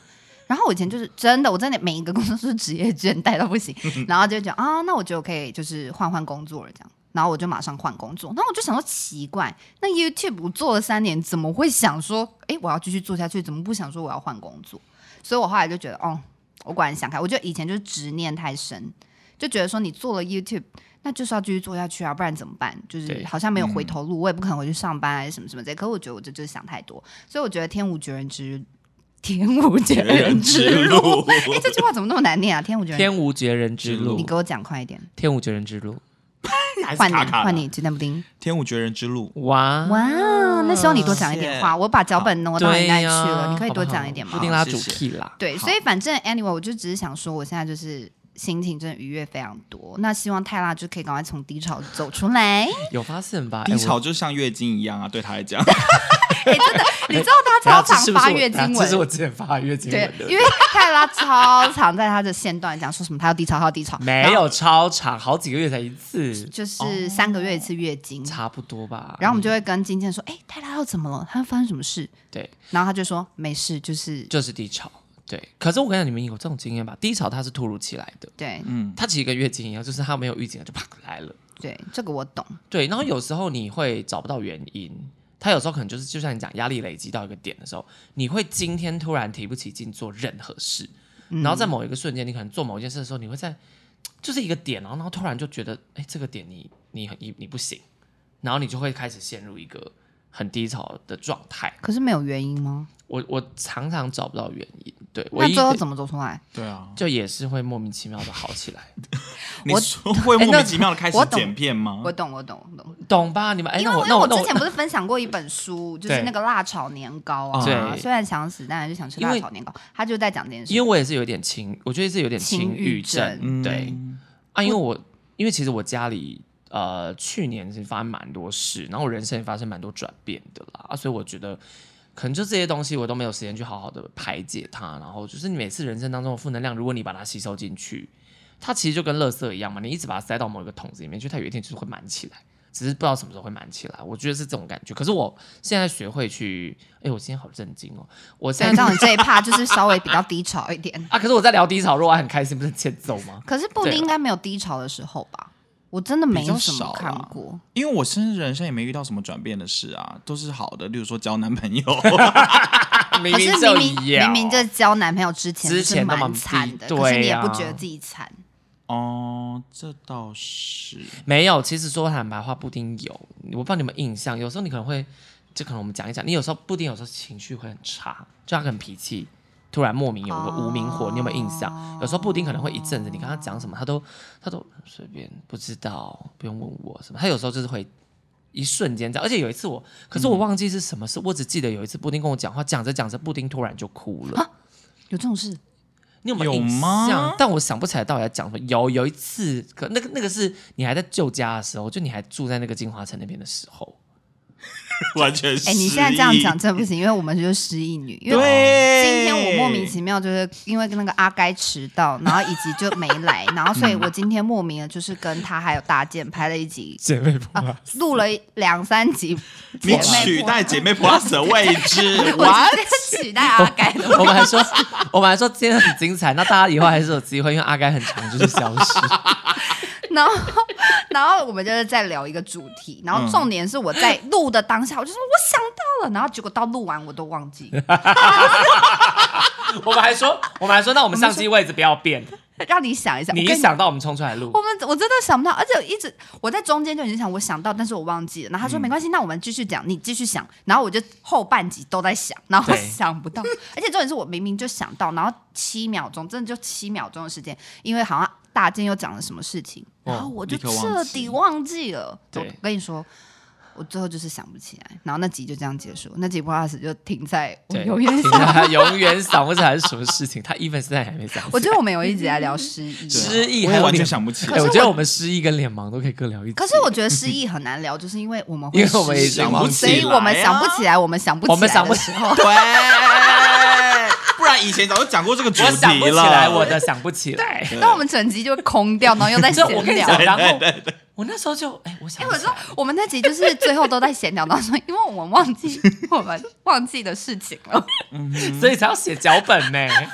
[SPEAKER 2] 然后我以前就是真的，我真的每一个工作都是职业倦怠到不行，然后就讲啊，那我觉得我可以就是换换工作了这样，然后我就马上换工作，然后我就想说奇怪，那 YouTube 我做了三年，怎么会想说，诶，我要继续做下去，怎么不想说我要换工作？所以我后来就觉得，哦，我果然想开，我觉得以前就是执念太深，就觉得说你做了 YouTube。那就是要继续做下去啊，不然怎么办？就是
[SPEAKER 1] 对
[SPEAKER 2] 好像没有回头路，我也不可能回去上班啊还是什么什么之类。可我觉得我这就是想太多，所以我觉得天无绝人之天无绝人之路。哎、这句话怎么那么难念啊？天无绝人之
[SPEAKER 1] 天无绝人之
[SPEAKER 3] 之
[SPEAKER 1] 路
[SPEAKER 2] 路，你，给我讲快一点。
[SPEAKER 1] 天无绝人之路。
[SPEAKER 3] 还是
[SPEAKER 2] 换你，
[SPEAKER 3] 卡卡的
[SPEAKER 2] 换你，鸡蛋布丁。
[SPEAKER 3] 天舞绝人之路，
[SPEAKER 1] 哇
[SPEAKER 2] 哇，那希望你多讲一点话。
[SPEAKER 3] 谢
[SPEAKER 2] 我把脚本挪到你
[SPEAKER 1] 对
[SPEAKER 2] 那里去
[SPEAKER 1] 呀
[SPEAKER 2] 了，你可以
[SPEAKER 1] 好不
[SPEAKER 2] 多讲
[SPEAKER 1] 好
[SPEAKER 2] 一点
[SPEAKER 1] 布
[SPEAKER 2] 吗
[SPEAKER 1] 丁？拉
[SPEAKER 3] 好
[SPEAKER 1] 主
[SPEAKER 3] 谢谢
[SPEAKER 1] key 啦，
[SPEAKER 2] 对，所以反正 anyway，我就只是想说，我现在就是心情真的愉悦非常多。那希望泰拉就可以赶快从低潮走出来。
[SPEAKER 1] 有发现吧？
[SPEAKER 3] 低
[SPEAKER 1] 哎
[SPEAKER 3] 潮就像月经一样啊，对他来讲，
[SPEAKER 2] 哎，真的，你知道
[SPEAKER 1] 我
[SPEAKER 2] 他
[SPEAKER 1] 等下
[SPEAKER 2] 超
[SPEAKER 1] 这是不是
[SPEAKER 2] 常发
[SPEAKER 1] 我
[SPEAKER 2] 月
[SPEAKER 1] 等下
[SPEAKER 2] 经
[SPEAKER 1] 这是我
[SPEAKER 2] 文。
[SPEAKER 1] 之前发月经
[SPEAKER 2] 对
[SPEAKER 1] 文，
[SPEAKER 2] 因
[SPEAKER 1] 的。
[SPEAKER 2] 为泰拉超常在他的线段讲说什么他要低潮，他要低潮，
[SPEAKER 1] 没有超长，好几个月才一次，
[SPEAKER 2] 就是三个月一次月经，
[SPEAKER 1] 哦差不多吧。
[SPEAKER 2] 然后我们就会跟金健说：“哎、泰拉又怎么了？他发生什么事
[SPEAKER 1] 对，？”
[SPEAKER 2] 然后他就说：“没事，就是
[SPEAKER 1] 就是低潮。对，可是我跟你讲，你们有这种经验吧？低潮它是突如其来的，
[SPEAKER 2] 对
[SPEAKER 3] 嗯，
[SPEAKER 1] 它其实跟月经一样，就是它没有预警就啪来了。
[SPEAKER 2] 对，这个我懂。
[SPEAKER 1] 对，然后有时候你会找不到原因，他有时候可能就是就像你讲，压力累积到一个点的时候，你会今天突然提不起劲做任何事，
[SPEAKER 2] 嗯
[SPEAKER 1] 然后在某一个瞬间，你可能做某一件事的时候，你会在就是一个点，然后然后突然就觉得，哎，这个点你你你你不行，然后你就会开始陷入一个很低潮的状态。
[SPEAKER 2] 可是没有原因吗？
[SPEAKER 1] 我我常常找不到原因，对，
[SPEAKER 2] 那
[SPEAKER 1] 唯一
[SPEAKER 2] 最后
[SPEAKER 1] 的
[SPEAKER 2] 怎么走出来？
[SPEAKER 3] 对啊，
[SPEAKER 1] 就也是会莫名其妙的好起来，
[SPEAKER 3] 你
[SPEAKER 2] 我
[SPEAKER 3] 说会莫
[SPEAKER 2] 那
[SPEAKER 3] 名其妙的开始
[SPEAKER 2] 我懂
[SPEAKER 3] 剪片吗？
[SPEAKER 2] 我懂，我懂，我懂。
[SPEAKER 1] 懂吧？你们嗯哎，
[SPEAKER 2] 因
[SPEAKER 1] 那
[SPEAKER 2] 为因
[SPEAKER 1] 我
[SPEAKER 2] 为
[SPEAKER 1] 那
[SPEAKER 2] 我
[SPEAKER 1] 我那
[SPEAKER 2] 之
[SPEAKER 1] 我
[SPEAKER 2] 前不是分享过一本书，就是
[SPEAKER 1] 对
[SPEAKER 2] 那个辣炒年糕啊，
[SPEAKER 1] 对
[SPEAKER 2] 虽然想死，但还是想吃
[SPEAKER 1] 因
[SPEAKER 2] 辣
[SPEAKER 1] 为
[SPEAKER 2] 炒年糕。他就在讲这件事
[SPEAKER 1] 因为，我也是有点轻，我觉得是有点轻郁
[SPEAKER 2] 轻郁
[SPEAKER 3] 嗯
[SPEAKER 1] 对啊，因为我因为其实我家里呃去年是发生蛮多事，然后我人生也发生蛮多转变的啦，啊所以我觉得可能就这些东西我都没有时间去好好的排解它，然后就是你每次人生当中的负能量，如果你把它吸收进去，它其实就跟垃圾一样嘛，你一直把它塞到某一个桶子里面去，它有一天就是会满起来。只是不知道什么时候会满起来，我觉得是这种感觉。可是我现在学会去，哎、我今天好震惊哦！我现
[SPEAKER 2] 所以
[SPEAKER 1] 在
[SPEAKER 2] 让你这一趴就是稍微比较低潮一点。
[SPEAKER 1] 啊，可是我在聊低潮，如果我很开心，不是欠揍吗？
[SPEAKER 2] 可是布丁应该没有低潮的时候吧？我真的没什么看
[SPEAKER 3] 比较少啊
[SPEAKER 2] 过，
[SPEAKER 3] 因为我甚至人生也没遇到什么转变的事啊，都是好的，例如说交男朋友，
[SPEAKER 1] 明
[SPEAKER 2] 可
[SPEAKER 1] 明
[SPEAKER 2] 是
[SPEAKER 1] 就
[SPEAKER 2] 明明
[SPEAKER 1] 有
[SPEAKER 2] 明明就交男朋友之前
[SPEAKER 1] 之
[SPEAKER 2] 就是
[SPEAKER 1] 前都
[SPEAKER 2] 蛮
[SPEAKER 1] 蛮
[SPEAKER 2] 惨
[SPEAKER 1] 低
[SPEAKER 2] 的，
[SPEAKER 1] 对
[SPEAKER 2] 可是你也
[SPEAKER 1] 啊
[SPEAKER 2] 不觉得自己惨，
[SPEAKER 3] 哦，这倒 是，
[SPEAKER 1] 没有。其实说坦白话，布丁有，我不知道你们印象，有时候你可能会，就可能我们讲一讲，你有时候布丁有时候情绪会很差，就他可能脾气突然莫名有个无名火，你有没有印象？有时候布丁可能会一阵子，你跟他讲什么，他都他都随便不知道，不用问我什么，他有时候就是会。一瞬间这样，而且有一次我，可是我忘记是什么事，我只记得有一次布丁跟我讲话，讲着讲着，布丁突然就哭了。
[SPEAKER 2] 有这种事？
[SPEAKER 1] 你有没有
[SPEAKER 3] 有
[SPEAKER 1] 印
[SPEAKER 3] 吗
[SPEAKER 1] 象？但我想不起来到底在讲什么。有有一次，可那个那个是你还在旧家的时候，就你还住在那个金华城那边的时候，
[SPEAKER 3] 完全是。
[SPEAKER 2] 哎、你现在这样讲，真的不行，因为我们就是失忆女，因为。
[SPEAKER 3] 对，
[SPEAKER 2] 今天我莫名其妙就是因为跟那个阿该迟到，然后以及就没来， 然后所以我今天莫名的就是跟他还有大健拍了一集，
[SPEAKER 1] 姐妹不
[SPEAKER 2] 啊，录了两三集，
[SPEAKER 3] 你
[SPEAKER 2] 姐妹
[SPEAKER 3] 取
[SPEAKER 2] 播，
[SPEAKER 3] 代姐妹 plus 的位置
[SPEAKER 2] 我
[SPEAKER 3] 完。
[SPEAKER 2] 直接取代阿该的。
[SPEAKER 1] 我们还说，我们还说今天很精彩，那大家以后还是有机会，因为阿该很长就是消失。
[SPEAKER 2] 然后，然后我们就是在聊一个主题，然
[SPEAKER 1] 嗯
[SPEAKER 2] 后重点是我在录的当下，我就说我想到了，然后结果到录完我都忘 记，
[SPEAKER 1] 我们还说，我们还说，那我们相机位置不要变，
[SPEAKER 2] 让你想一下，
[SPEAKER 1] 你
[SPEAKER 2] 我跟
[SPEAKER 1] 一。想到我们冲出来录
[SPEAKER 2] 我。们我真的想不到，而且我一直我在中间就已经想我想到，但是我忘记了。然后他说、没关系，那我们继续讲，你继续想。然后我就后半集都在想，然后
[SPEAKER 1] 对
[SPEAKER 2] 想不到。而且重点是我明明就想到，然后七秒钟，真的就七秒钟的时间，因为好像大健又讲了什么事情，
[SPEAKER 1] 哦
[SPEAKER 2] 然后我就
[SPEAKER 3] 立刻忘记
[SPEAKER 2] 彻底忘记了。我
[SPEAKER 1] 对
[SPEAKER 2] 跟你说。我最后就是想不起来，然后那集就这样结束，那集 plus 就停在我
[SPEAKER 1] 对，
[SPEAKER 2] 永远
[SPEAKER 1] 停
[SPEAKER 2] 想。
[SPEAKER 1] 了他永远想不起来是什么事情，他 even 现在还没想起来。
[SPEAKER 2] 我觉得我们有一集来聊失 忆，
[SPEAKER 1] 失忆
[SPEAKER 3] 啊我
[SPEAKER 1] 还
[SPEAKER 3] 也
[SPEAKER 1] 有
[SPEAKER 3] 完全
[SPEAKER 1] 脸
[SPEAKER 3] 想 不起
[SPEAKER 1] 哎
[SPEAKER 3] 来，
[SPEAKER 1] 我觉得我们失忆跟脸盲都可以各聊一集。
[SPEAKER 2] 可是我觉得失忆很难聊，就是因为我们会
[SPEAKER 1] 因为我们
[SPEAKER 2] 失忆
[SPEAKER 1] 已经忘
[SPEAKER 2] 所
[SPEAKER 1] 记
[SPEAKER 2] 以
[SPEAKER 1] 了，
[SPEAKER 2] 我们想不起来，我们想不起来，
[SPEAKER 1] 我们想不
[SPEAKER 2] 起
[SPEAKER 1] 起
[SPEAKER 2] 来。
[SPEAKER 3] 对，不然以前早就讲过这个主
[SPEAKER 1] 我想不
[SPEAKER 3] 题
[SPEAKER 1] 起
[SPEAKER 3] 了。
[SPEAKER 1] 来，我的想不起来。
[SPEAKER 2] 那我们整集就会空掉，然后又在 闲
[SPEAKER 1] 这我跟你
[SPEAKER 2] 聊
[SPEAKER 1] 讲。，然后我那时候就哎，我想
[SPEAKER 2] 哎，
[SPEAKER 1] 不
[SPEAKER 2] 我
[SPEAKER 1] 起
[SPEAKER 2] 说
[SPEAKER 1] 来，
[SPEAKER 2] 我们那集就是最后都在闲聊，到说，因为我们忘记我们忘记的事情了，
[SPEAKER 1] 所以才要写脚本呢。
[SPEAKER 2] 哎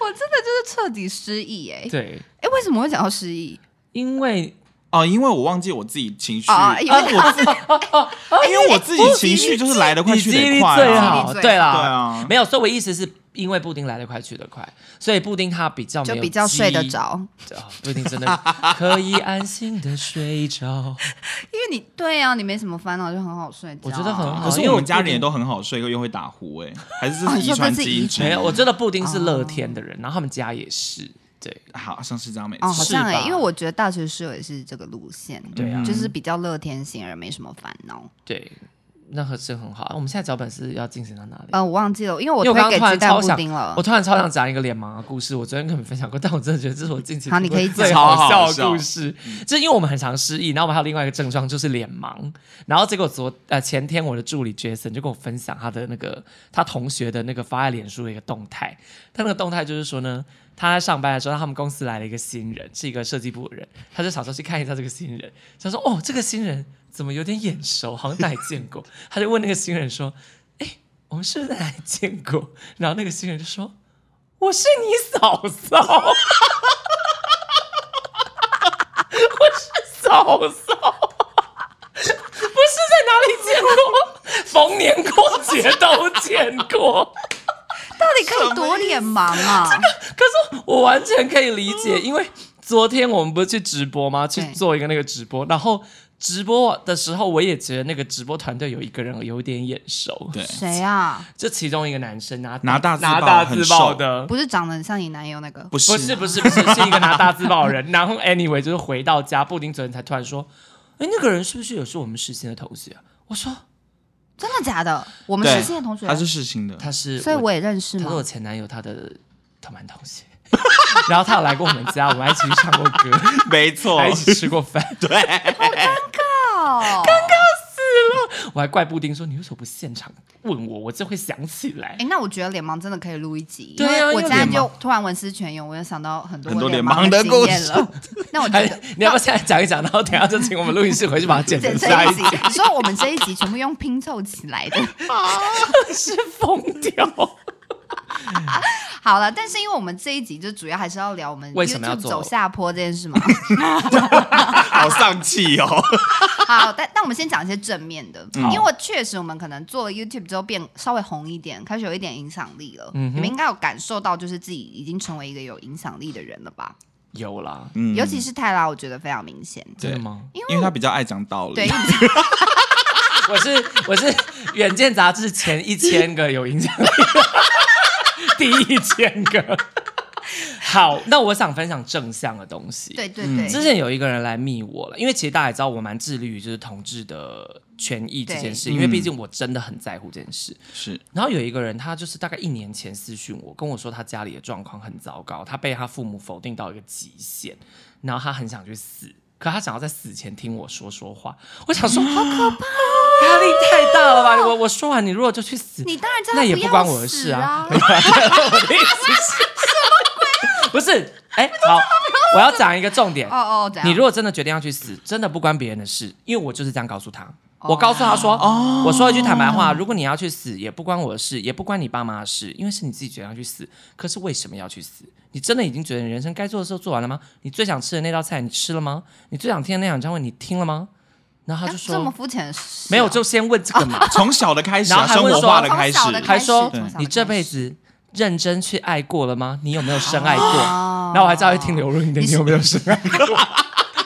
[SPEAKER 2] 我真的就是彻底失忆哎、
[SPEAKER 1] 对，
[SPEAKER 2] 哎，为什么会讲到失忆？
[SPEAKER 1] 因为
[SPEAKER 3] 哦，因为我忘记我自己情绪，
[SPEAKER 2] 啊，
[SPEAKER 3] 因
[SPEAKER 2] 有点忘记
[SPEAKER 3] 为我自己情绪就是来得
[SPEAKER 1] 哦
[SPEAKER 3] 快
[SPEAKER 1] 你
[SPEAKER 3] 去
[SPEAKER 1] 记
[SPEAKER 3] 得
[SPEAKER 1] 忆力
[SPEAKER 3] 快
[SPEAKER 1] 最
[SPEAKER 3] 啊。
[SPEAKER 1] 好，
[SPEAKER 2] 记忆力最好
[SPEAKER 1] 对啦，
[SPEAKER 3] 对啊
[SPEAKER 1] 没有，所以我意思是因为布丁来得快去得快，所以布丁他比较没
[SPEAKER 2] 就
[SPEAKER 1] 有
[SPEAKER 2] 比较睡得
[SPEAKER 1] 记忆，
[SPEAKER 2] 着，
[SPEAKER 1] 啊布丁真的 可以安心的睡着。
[SPEAKER 2] 因为你对啊，你没什么烦恼，就很好睡觉。啊
[SPEAKER 1] 我觉得很好
[SPEAKER 3] 可是
[SPEAKER 1] 因为
[SPEAKER 3] 我
[SPEAKER 1] 我
[SPEAKER 3] 们家
[SPEAKER 1] 不
[SPEAKER 3] 人也都很好睡，又会打呼，哎，还是这
[SPEAKER 2] 哦
[SPEAKER 3] 是
[SPEAKER 2] 你说
[SPEAKER 3] 遗传
[SPEAKER 2] 这是
[SPEAKER 3] 基
[SPEAKER 2] 遗
[SPEAKER 3] 因？
[SPEAKER 2] 传
[SPEAKER 1] 没有，我觉得布丁是乐天的人，然后他们家也是，对
[SPEAKER 3] 好像是这样，没
[SPEAKER 2] 哦，好
[SPEAKER 3] 错。
[SPEAKER 2] 像哎、
[SPEAKER 1] 吧
[SPEAKER 2] 因为我觉得大学室友也是这个路线，
[SPEAKER 1] 对啊
[SPEAKER 2] 就是比较乐天型，而没什么烦恼。
[SPEAKER 1] 对，那合适很好。啊我们现在脚本是要进行到哪里？
[SPEAKER 2] 呃，我忘记了，因为我
[SPEAKER 1] 因为我
[SPEAKER 2] 推
[SPEAKER 1] 刚
[SPEAKER 2] 给
[SPEAKER 1] 刚突
[SPEAKER 2] 鸡
[SPEAKER 1] 然
[SPEAKER 2] 蛋
[SPEAKER 1] 超
[SPEAKER 2] 布
[SPEAKER 1] 想
[SPEAKER 2] 丁了
[SPEAKER 1] 我。突然超想讲一个脸盲的故事，我昨天跟你们分享过，但我真的觉得这是我近期
[SPEAKER 2] 好你
[SPEAKER 1] 听过
[SPEAKER 2] 可以讲
[SPEAKER 1] 最
[SPEAKER 3] 超好
[SPEAKER 1] 好笑
[SPEAKER 3] 笑
[SPEAKER 1] 的故事，就是因为我们很常失忆，然后我们还有另外一个症状就是脸盲，然后结果昨呃前天我的助理 Jason 就跟我分享他的那个他同学的那个发在脸书的一个动态，他那个动态就是说呢。他在上班的时候，他们公司来了一个新人，是一个设计部的人，他就想说去看一下这个新人，他说哦，这个新人怎么有点眼熟，好像哪里见过，他就问那个新人说，哎我们是不是在哪里见过？然后那个新人就说：“我是你嫂嫂，我是嫂嫂，不是在哪里见过？逢过节都见过。
[SPEAKER 2] 到底可以多脸盲啊？
[SPEAKER 1] 可是我完全可以理解，因为昨天我们不是去直播吗？去
[SPEAKER 2] 对
[SPEAKER 1] 做一个那个直播，然后直播的时候，我也觉得那个直播团队有一个人有点眼熟，
[SPEAKER 3] 对，
[SPEAKER 2] 谁啊？
[SPEAKER 1] 就其中一个男生拿
[SPEAKER 3] 拿大字报
[SPEAKER 1] 拿大
[SPEAKER 3] 很
[SPEAKER 1] 字
[SPEAKER 3] 瘦
[SPEAKER 1] 报的。
[SPEAKER 2] 不是长得很像你男友那个？
[SPEAKER 3] 不是
[SPEAKER 1] 不是不是不是，是一个拿大字报的人。然后 anyway 就是回到家，布丁昨天才突然说：“哎，那个人是不是也是我们世新的同学啊？”我说
[SPEAKER 2] 真的假的？我们
[SPEAKER 3] 对
[SPEAKER 2] 是新的同学
[SPEAKER 3] 他，是世新的，
[SPEAKER 1] 他是，
[SPEAKER 2] 所以我也认识
[SPEAKER 1] 他是我
[SPEAKER 2] 吗？
[SPEAKER 1] 前男友他的同班同学，然后他有来过我们家，我们还一起去唱过歌，
[SPEAKER 3] 没错
[SPEAKER 1] 还一起吃过饭。
[SPEAKER 2] 哦，
[SPEAKER 1] 我还怪布丁说你为什么不现场问我，我就会想起来
[SPEAKER 2] 哎，。那我觉得脸盲真的可以录一集，
[SPEAKER 1] 对啊
[SPEAKER 2] 因为我
[SPEAKER 1] 因为
[SPEAKER 2] 现在
[SPEAKER 1] 脸盲
[SPEAKER 2] 就突然文思泉涌，我就想到很多
[SPEAKER 3] 很多
[SPEAKER 2] 脸
[SPEAKER 3] 脸盲
[SPEAKER 2] 的
[SPEAKER 3] 的
[SPEAKER 2] 经
[SPEAKER 3] 故
[SPEAKER 2] 验
[SPEAKER 3] 事
[SPEAKER 2] 了。 那我觉
[SPEAKER 1] 哎
[SPEAKER 2] 得，
[SPEAKER 1] 你要不要现在讲一讲，然后等一下就请我们录音室回去把它剪
[SPEAKER 2] 这
[SPEAKER 1] 成
[SPEAKER 2] 这
[SPEAKER 1] 下
[SPEAKER 2] 一
[SPEAKER 1] 一
[SPEAKER 2] 集
[SPEAKER 1] 集，，
[SPEAKER 2] 所以我们这一集全部用拼凑起来的。
[SPEAKER 1] 是疯掉。
[SPEAKER 2] 好了，但是因为我们这一集就主要还是要聊我们
[SPEAKER 1] 为什么要
[SPEAKER 2] YouTube
[SPEAKER 1] 做
[SPEAKER 2] 走下坡这件事嘛。
[SPEAKER 3] 好丧气哦。
[SPEAKER 2] 好，但但我们先讲一些正面的，
[SPEAKER 3] 嗯
[SPEAKER 2] 因为我确实我们可能做了 YouTube 之后变稍微红一点，开始有一点影响力了。
[SPEAKER 1] 嗯哼
[SPEAKER 2] 你们应该有感受到，就是自己已经成为一个有影响力的人了吧？
[SPEAKER 1] 有啦，
[SPEAKER 3] 嗯
[SPEAKER 2] 尤其是泰拉，我觉得非常明显。
[SPEAKER 1] 真的吗？
[SPEAKER 3] 因为他比较爱讲道理，
[SPEAKER 2] 对，因为
[SPEAKER 1] 我是我是《远见》杂志前一千个有影响力，第一千个。好，那我想分享正向的东西。
[SPEAKER 2] 对对
[SPEAKER 3] 嗯
[SPEAKER 2] 对，
[SPEAKER 1] 之前有一个人来密我了，因为其实大家也知道我蛮致力于就是同志的权益这件事，
[SPEAKER 3] 对
[SPEAKER 1] 因为
[SPEAKER 3] 嗯
[SPEAKER 1] 毕竟我真的很在乎这件事。
[SPEAKER 3] 是
[SPEAKER 1] 然后有一个人，他就是大概一年前私讯我，跟我说他家里的状况很糟糕，他被他父母否定到一个极限，然后他很想去死，可他想要在死前听我说说话。我想说，好可怕、哦压力太大 了吧？我我说完，你如果就去死，
[SPEAKER 2] 你 当然知道
[SPEAKER 1] 那也
[SPEAKER 2] 不
[SPEAKER 1] 不
[SPEAKER 2] 要
[SPEAKER 1] 关我的事
[SPEAKER 2] 死
[SPEAKER 1] 啊
[SPEAKER 2] 啊。
[SPEAKER 1] 我的意思是，
[SPEAKER 2] 啊
[SPEAKER 1] 不是？哎，好，我要讲一个重点
[SPEAKER 2] 哦。哦，怎样？
[SPEAKER 1] 你如果真的决定要去死，真的不关别人的事，因为我就是这样告诉他。
[SPEAKER 2] 哦
[SPEAKER 1] 我告诉他说，哦我说一句坦白话，如果你要去死，也不关我的事，也不关你爸妈的事，因为是你自己决定要去死。可是为什么要去死？你真的已经觉得你人生该做的事都做完了吗？你最想吃的那道菜你吃了吗？你最想听的那场演唱会你听了吗？然后他
[SPEAKER 2] 啊
[SPEAKER 1] 就
[SPEAKER 2] 这么
[SPEAKER 1] 说，
[SPEAKER 2] 肤浅的事啊，
[SPEAKER 1] 没有，就先问这个嘛。
[SPEAKER 3] 从小的开始啊，
[SPEAKER 1] 然后还
[SPEAKER 3] 生
[SPEAKER 1] 会
[SPEAKER 3] 活
[SPEAKER 1] 说
[SPEAKER 3] 化的开始
[SPEAKER 2] 从，小的开
[SPEAKER 1] 还说
[SPEAKER 2] 从小的开始
[SPEAKER 1] 你这辈子认真去爱过了吗？你有没有深爱过？
[SPEAKER 2] 哦
[SPEAKER 1] 然后我还知道听刘若英的，你有没有深爱 过？